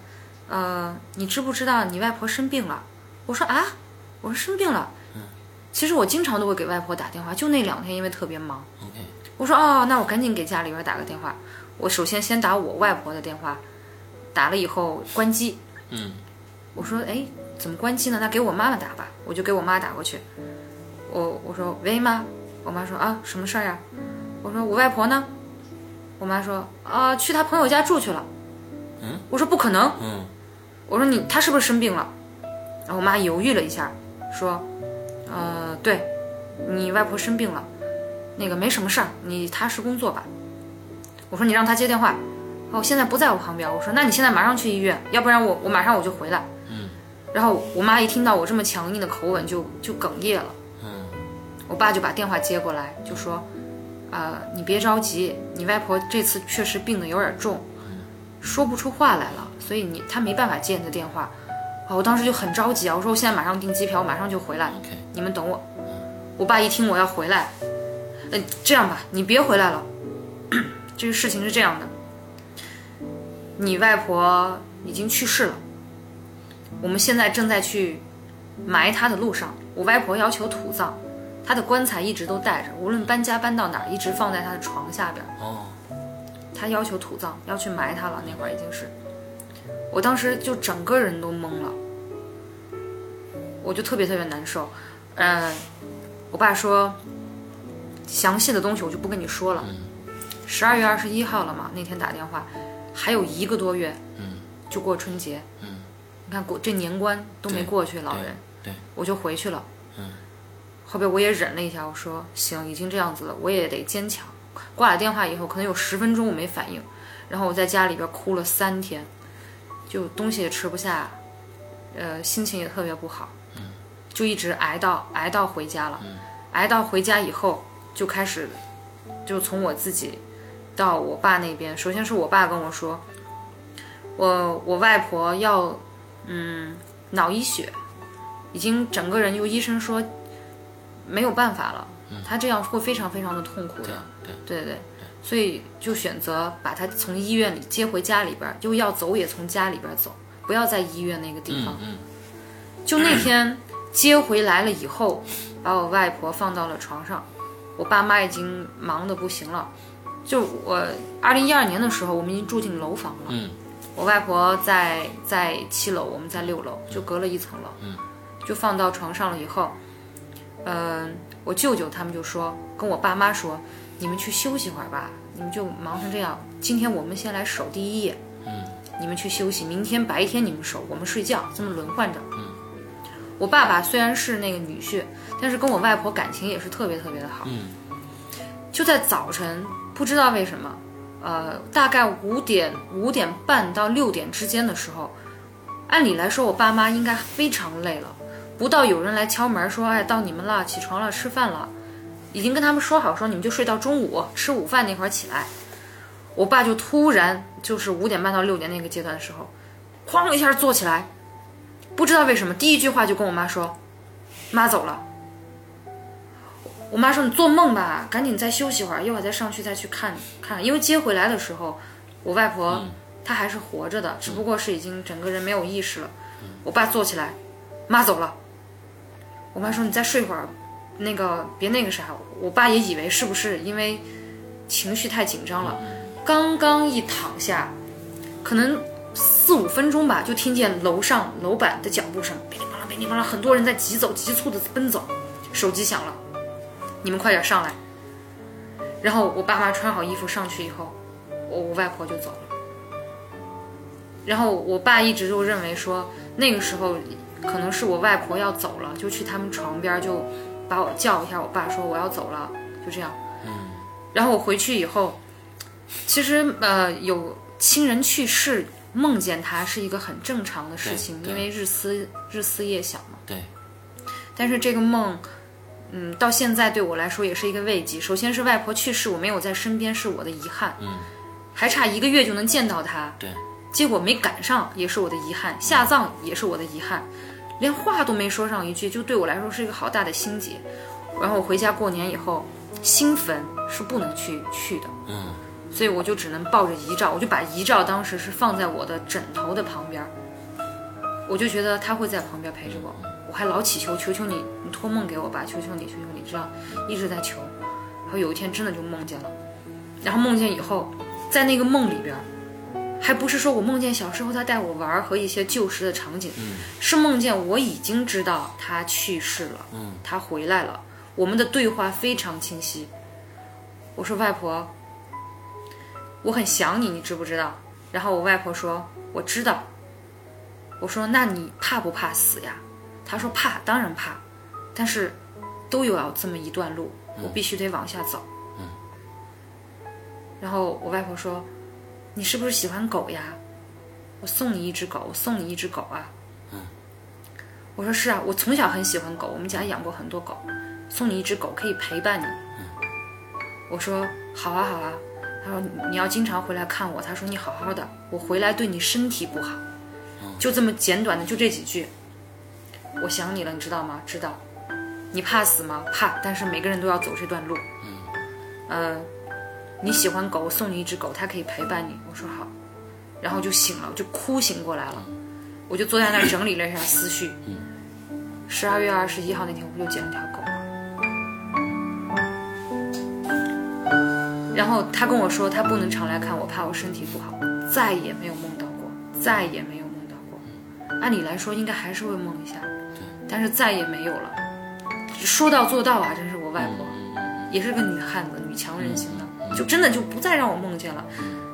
Speaker 2: 呃，你知不知道你外婆生病了？我说啊，我说生病了。其实我经常都会给外婆打电话，就那两天因为特别忙。
Speaker 1: OK，
Speaker 2: 我说哦，那我赶紧给家里边打个电话。我首先先打我外婆的电话，打了以后关机。
Speaker 1: 嗯，
Speaker 2: 我说哎，怎么关机呢？那给我妈妈打吧。我就给我妈打过去。我我说喂妈，我妈说啊什么事儿、呀？我说我外婆呢？我妈说啊去她朋友家住去了。
Speaker 1: 嗯，
Speaker 2: 我说不可能。
Speaker 1: 嗯
Speaker 2: 我说你她是不是生病了？然后我妈犹豫了一下，说，呃，对，你外婆生病了，那个没什么事儿，你踏实工作吧。我说你让她接电话，哦，现在不在我旁边。我说那你现在马上去医院，要不然我我马上我就回来。
Speaker 1: 嗯。
Speaker 2: 然后我妈一听到我这么强硬的口吻就，就哽咽了。
Speaker 1: 嗯
Speaker 2: 我爸就把电话接过来，就说：“啊、你别着急，你外婆这次确实病得有点重，说不出话来了，所以你她没办法接你的电话。”啊，我当时就很着急啊，我说我现在马上订机票，我马上就回来，
Speaker 1: ，OK，
Speaker 2: 你们等我。我爸一听我要回来，呃，这样吧，你别回来了。 这个事情是这样的，你外婆已经去世了，我们现在正在去埋她的路上。我外婆要求土葬，她的棺材一直都带着，无论搬家搬到哪儿，一直放在她的床下边。
Speaker 1: 哦，
Speaker 2: 他要求土葬，要去埋他了。那会儿已经是，我当时就整个人都懵了，我就特别特别难受。嗯、我爸说，详细的东西我就不跟你说了。
Speaker 1: 嗯
Speaker 2: 十二月二十一号了嘛，那天打电话，还有一个多月，
Speaker 1: 嗯，
Speaker 2: 就过春节。
Speaker 1: 嗯，
Speaker 2: 你看过这年关都没
Speaker 1: 对
Speaker 2: 过去，老
Speaker 1: 对
Speaker 2: 人。
Speaker 1: 对，
Speaker 2: 我就回去了。
Speaker 1: 嗯，
Speaker 2: 后边我也忍了一下，我说行，已经这样子了，我也得坚强。挂了电话以后，可能有十分钟我没反应，然后我在家里边哭了三天，就东西也吃不下，呃，心情也特别不好，嗯，就一直挨到挨到回家了，嗯，挨到回家以后就开始，就从我自己到我爸那边，首先是我爸跟我说，我我外婆要嗯脑溢血，已经整个人就医生说没有办法了，他这样会非常非常的痛苦的。
Speaker 1: 对对，
Speaker 2: 嗯对啊对对，所以就选择把他从医院里接回家里边儿，就要走也从家里边儿走，不要在医院那个地方
Speaker 1: 嗯。嗯
Speaker 2: 就那天接回来了以后，把我外婆放到了床上，我爸妈已经忙得不行了，就我二零一二年的时候，我们已经住进楼房了。
Speaker 1: 嗯，
Speaker 2: 我外婆在在七楼，我们在六楼，就隔了一层楼。
Speaker 1: 嗯，
Speaker 2: 就放到床上了以后，嗯、我舅舅他们就说跟我爸妈说，你们去休息会儿吧，你们就忙成这样，今天我们先来守第一夜。嗯，你们去休息，明天白天你们守，我们睡觉，这么轮换着。嗯，我爸爸虽然是那个女婿，但是跟我外婆感情也是特别特别的好。
Speaker 1: 嗯，
Speaker 2: 就在早晨，不知道为什么。呃，大概五点五点半到六点之间的时候，按理来说我爸妈应该非常累了，不到有人来敲门说，哎，到你们了，起床了，吃饭了，已经跟他们说好说你们就睡到中午吃午饭那会儿起来。我爸就突然就是五点半到六点那个阶段的时候，哐一下坐起来，不知道为什么第一句话就跟我妈说，妈走了。我妈说：“你做梦吧，赶紧再休息会儿，一会儿再上去再去看看。”因为接回来的时候，我外婆、她还是活着的，只不过是已经整个人没有意识了。我爸坐起来，妈走了。我妈说：“你再睡会儿，那个别那个啥。”我爸也以为是不是因为情绪太紧张了，刚刚一躺下，可能四五分钟吧，就听见楼上楼板的脚步声，噼里啪啦噼里啪啦，很多人在急走急促的奔走，手机响了。你们快点上来。然后我爸妈穿好衣服上去以后，我我外婆就走了。然后我爸一直就认为说，那个时候可能是我外婆要走了，就去他们床边就把我叫一下，我爸说我要走了，就这样。
Speaker 1: 嗯
Speaker 2: 然后我回去以后，其实呃有亲人去世，梦见他是一个很正常的事情，
Speaker 1: 对对
Speaker 2: 因为日思日思夜想嘛。
Speaker 1: 对，
Speaker 2: 但是这个梦，嗯，到现在对我来说也是一个慰藉。首先是外婆去世，我没有在身边是我的遗憾，
Speaker 1: 嗯，
Speaker 2: 还差一个月就能见到她，
Speaker 1: 对，
Speaker 2: 结果没赶上也是我的遗憾，下葬也是我的遗憾，连话都没说上一句，就对我来说是一个好大的心结。然后我回家过年以后，新坟是不能去去的，
Speaker 1: 嗯
Speaker 2: 所以我就只能抱着遗照，我就把遗照当时是放在我的枕头的旁边儿，我就觉得他会在旁边陪着我，我还老祈求，求求你，你托梦给我吧，求求你，求求你，这样一直在求，然后有一天真的就梦见了，然后梦见以后，在那个梦里边儿，还不是说我梦见小时候他带我玩儿和一些旧时的场景，是梦见我已经知道他去世了，
Speaker 1: 嗯
Speaker 2: 他回来了，我们的对话非常清晰。我说外婆，我很想你，你知不知道？然后我外婆说我知道。我说那你怕不怕死呀？她说怕，当然怕，但是都有要这么一段路，我必须得往下走。然后我外婆说：“你是不是喜欢狗呀？我送你一只狗，我送你一只狗啊。”我说是啊，我从小很喜欢狗，我们家养过很多狗，送你一只狗可以陪伴你。我说好啊好啊，他说你要经常回来看我，他说你好好的，我回来对你身体不好。就这么简短的就这几句，我想你了，你知道吗？知道。你怕死吗？怕，但是每个人都要走这段路。嗯，呃，你喜欢狗，我送你一只狗，它可以陪伴你。我说好，然后就醒了，我就哭醒过来了，我就坐在那儿整理了一下思绪。十二月二十一号那天，我不就捡了条狗吗？然后他跟我说，他不能常来看我，怕我身体不好，再也没有梦到过，再也没有梦到过。按理来说，应该还是会梦一下，但是再也没有了。说到做到啊，真是我外婆，也是个女汉子，女强人型的，就真的就不再让我梦见了。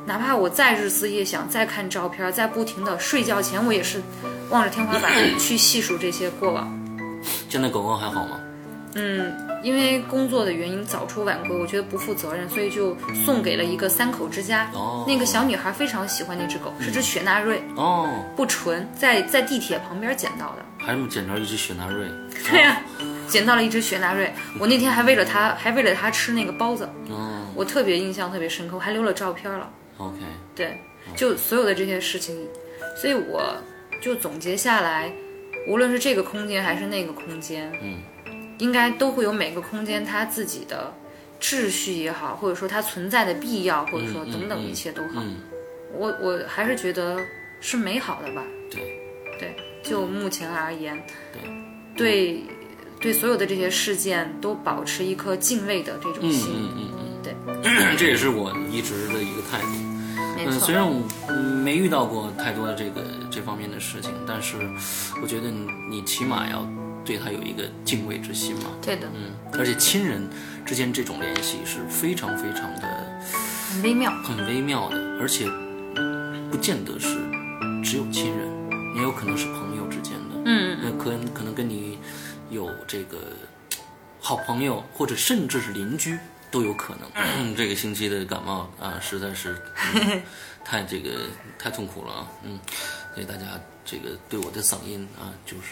Speaker 2: 哪怕我再日思夜想，再看照片，再不停的睡觉前，我也是望着天花板去细数这些过往。
Speaker 1: 现在狗狗还好吗？
Speaker 2: 因为工作的原因早出晚归，我觉得不负责任，所以就送给了一个三口之家。
Speaker 1: 哦
Speaker 2: 那个小女孩非常喜欢那只狗，是只雪纳瑞，
Speaker 1: 哦，
Speaker 2: 不纯，在在地铁旁边捡到的。
Speaker 1: 还是捡着一只雪纳瑞。
Speaker 2: 对呀、捡到了一只雪纳瑞，我那天还为了它，还为了它吃那个包子，
Speaker 1: 哦
Speaker 2: 我特别印象特别深刻，我还留了照片了。
Speaker 1: ，OK，
Speaker 2: 对，
Speaker 1: 嗯
Speaker 2: 就所有的这些事情，所以我就总结下来，无论是这个空间还是那个空间，
Speaker 1: 嗯，
Speaker 2: 应该都会有每个空间它自己的秩序也好，或者说它存在的必要，或者说
Speaker 1: 嗯
Speaker 2: 等
Speaker 1: 嗯
Speaker 2: 等一切都好，
Speaker 1: 嗯，
Speaker 2: 我我还是觉得是美好的吧。
Speaker 1: 对，
Speaker 2: 对，就目前而言，
Speaker 1: 对
Speaker 2: 对对所有的这些事件都保持一颗敬畏的这种
Speaker 1: 嗯
Speaker 2: 心。
Speaker 1: 嗯嗯嗯，
Speaker 2: 对，
Speaker 1: 这也是我一直的一个态度。
Speaker 2: 没
Speaker 1: 嗯，
Speaker 2: 错。
Speaker 1: 虽然我嗯没遇到过太多的这个这方面的事情，但是我觉得你你起码要对他有一个敬畏之心嘛。
Speaker 2: 对的，
Speaker 1: 嗯，而且亲人之间这种联系是非常非常的
Speaker 2: 很微妙。
Speaker 1: 很微妙的，而且不见得是只有亲人，也有可能是朋友之间的。
Speaker 2: 嗯，
Speaker 1: 那可能可能跟你有这个好朋友，或者甚至是邻居都有可
Speaker 2: 嗯
Speaker 1: 能。嗯这个星期的感冒啊，实在 是、嗯太这个太痛苦了啊，嗯，所以大家这个对我的嗓音啊，就是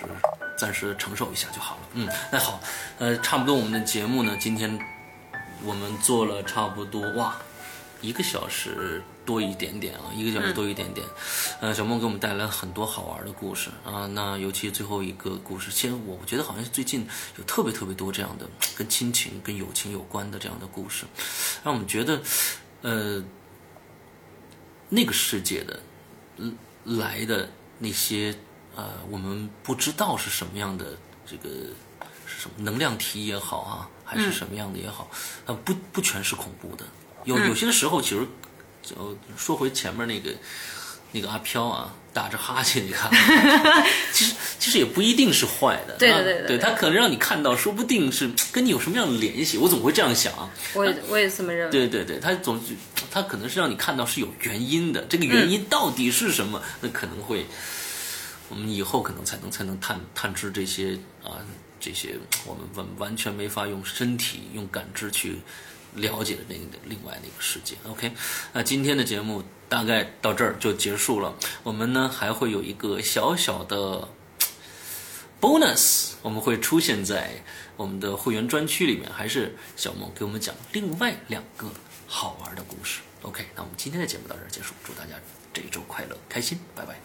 Speaker 1: 暂时承受一下就好了。嗯，那好，呃，差不多我们的节目呢，今天我们做了差不多哇。一个小时多一点点啊，一个小时多一点点。呃，小梦给我们带来了很多好玩的故事啊。那尤其最后一个故事，其实我觉得好像是最近有特别特别多这样的跟亲情、跟友情有关的这样的故事，让我们觉得，呃，那个世界的嗯来的那些呃，我们不知道是什么样的这个是什么能量体也好啊，还是什么样的也好，呃，不不全是恐怖的，有有些时候其实，就说回前面那个那个阿飘啊，打着哈欠你看，其实其实也不一定是坏的，
Speaker 2: 对
Speaker 1: 啊
Speaker 2: 对对
Speaker 1: 对
Speaker 2: 对对
Speaker 1: 他可能让你看到，说不定是跟你有什么样的联系，我总会这样想啊。
Speaker 2: 我也我也这么认为。
Speaker 1: 对对对，他总是他可能是让你看到是有原因的，这个原因到底是什么？那可能会我们以后可能才能才能探探知这些啊这些我们完完全没法用身体用感知去了解的那个另外那个世界。OK，那今天的节目大概到这儿就结束了。我们呢还会有一个小小的 bonus，我们会出现在我们的会员专区里面，还是小梦给我们讲另外两个好玩的故事。OK，那我们今天的节目到这儿结束，祝大家这一周快乐开心，拜拜。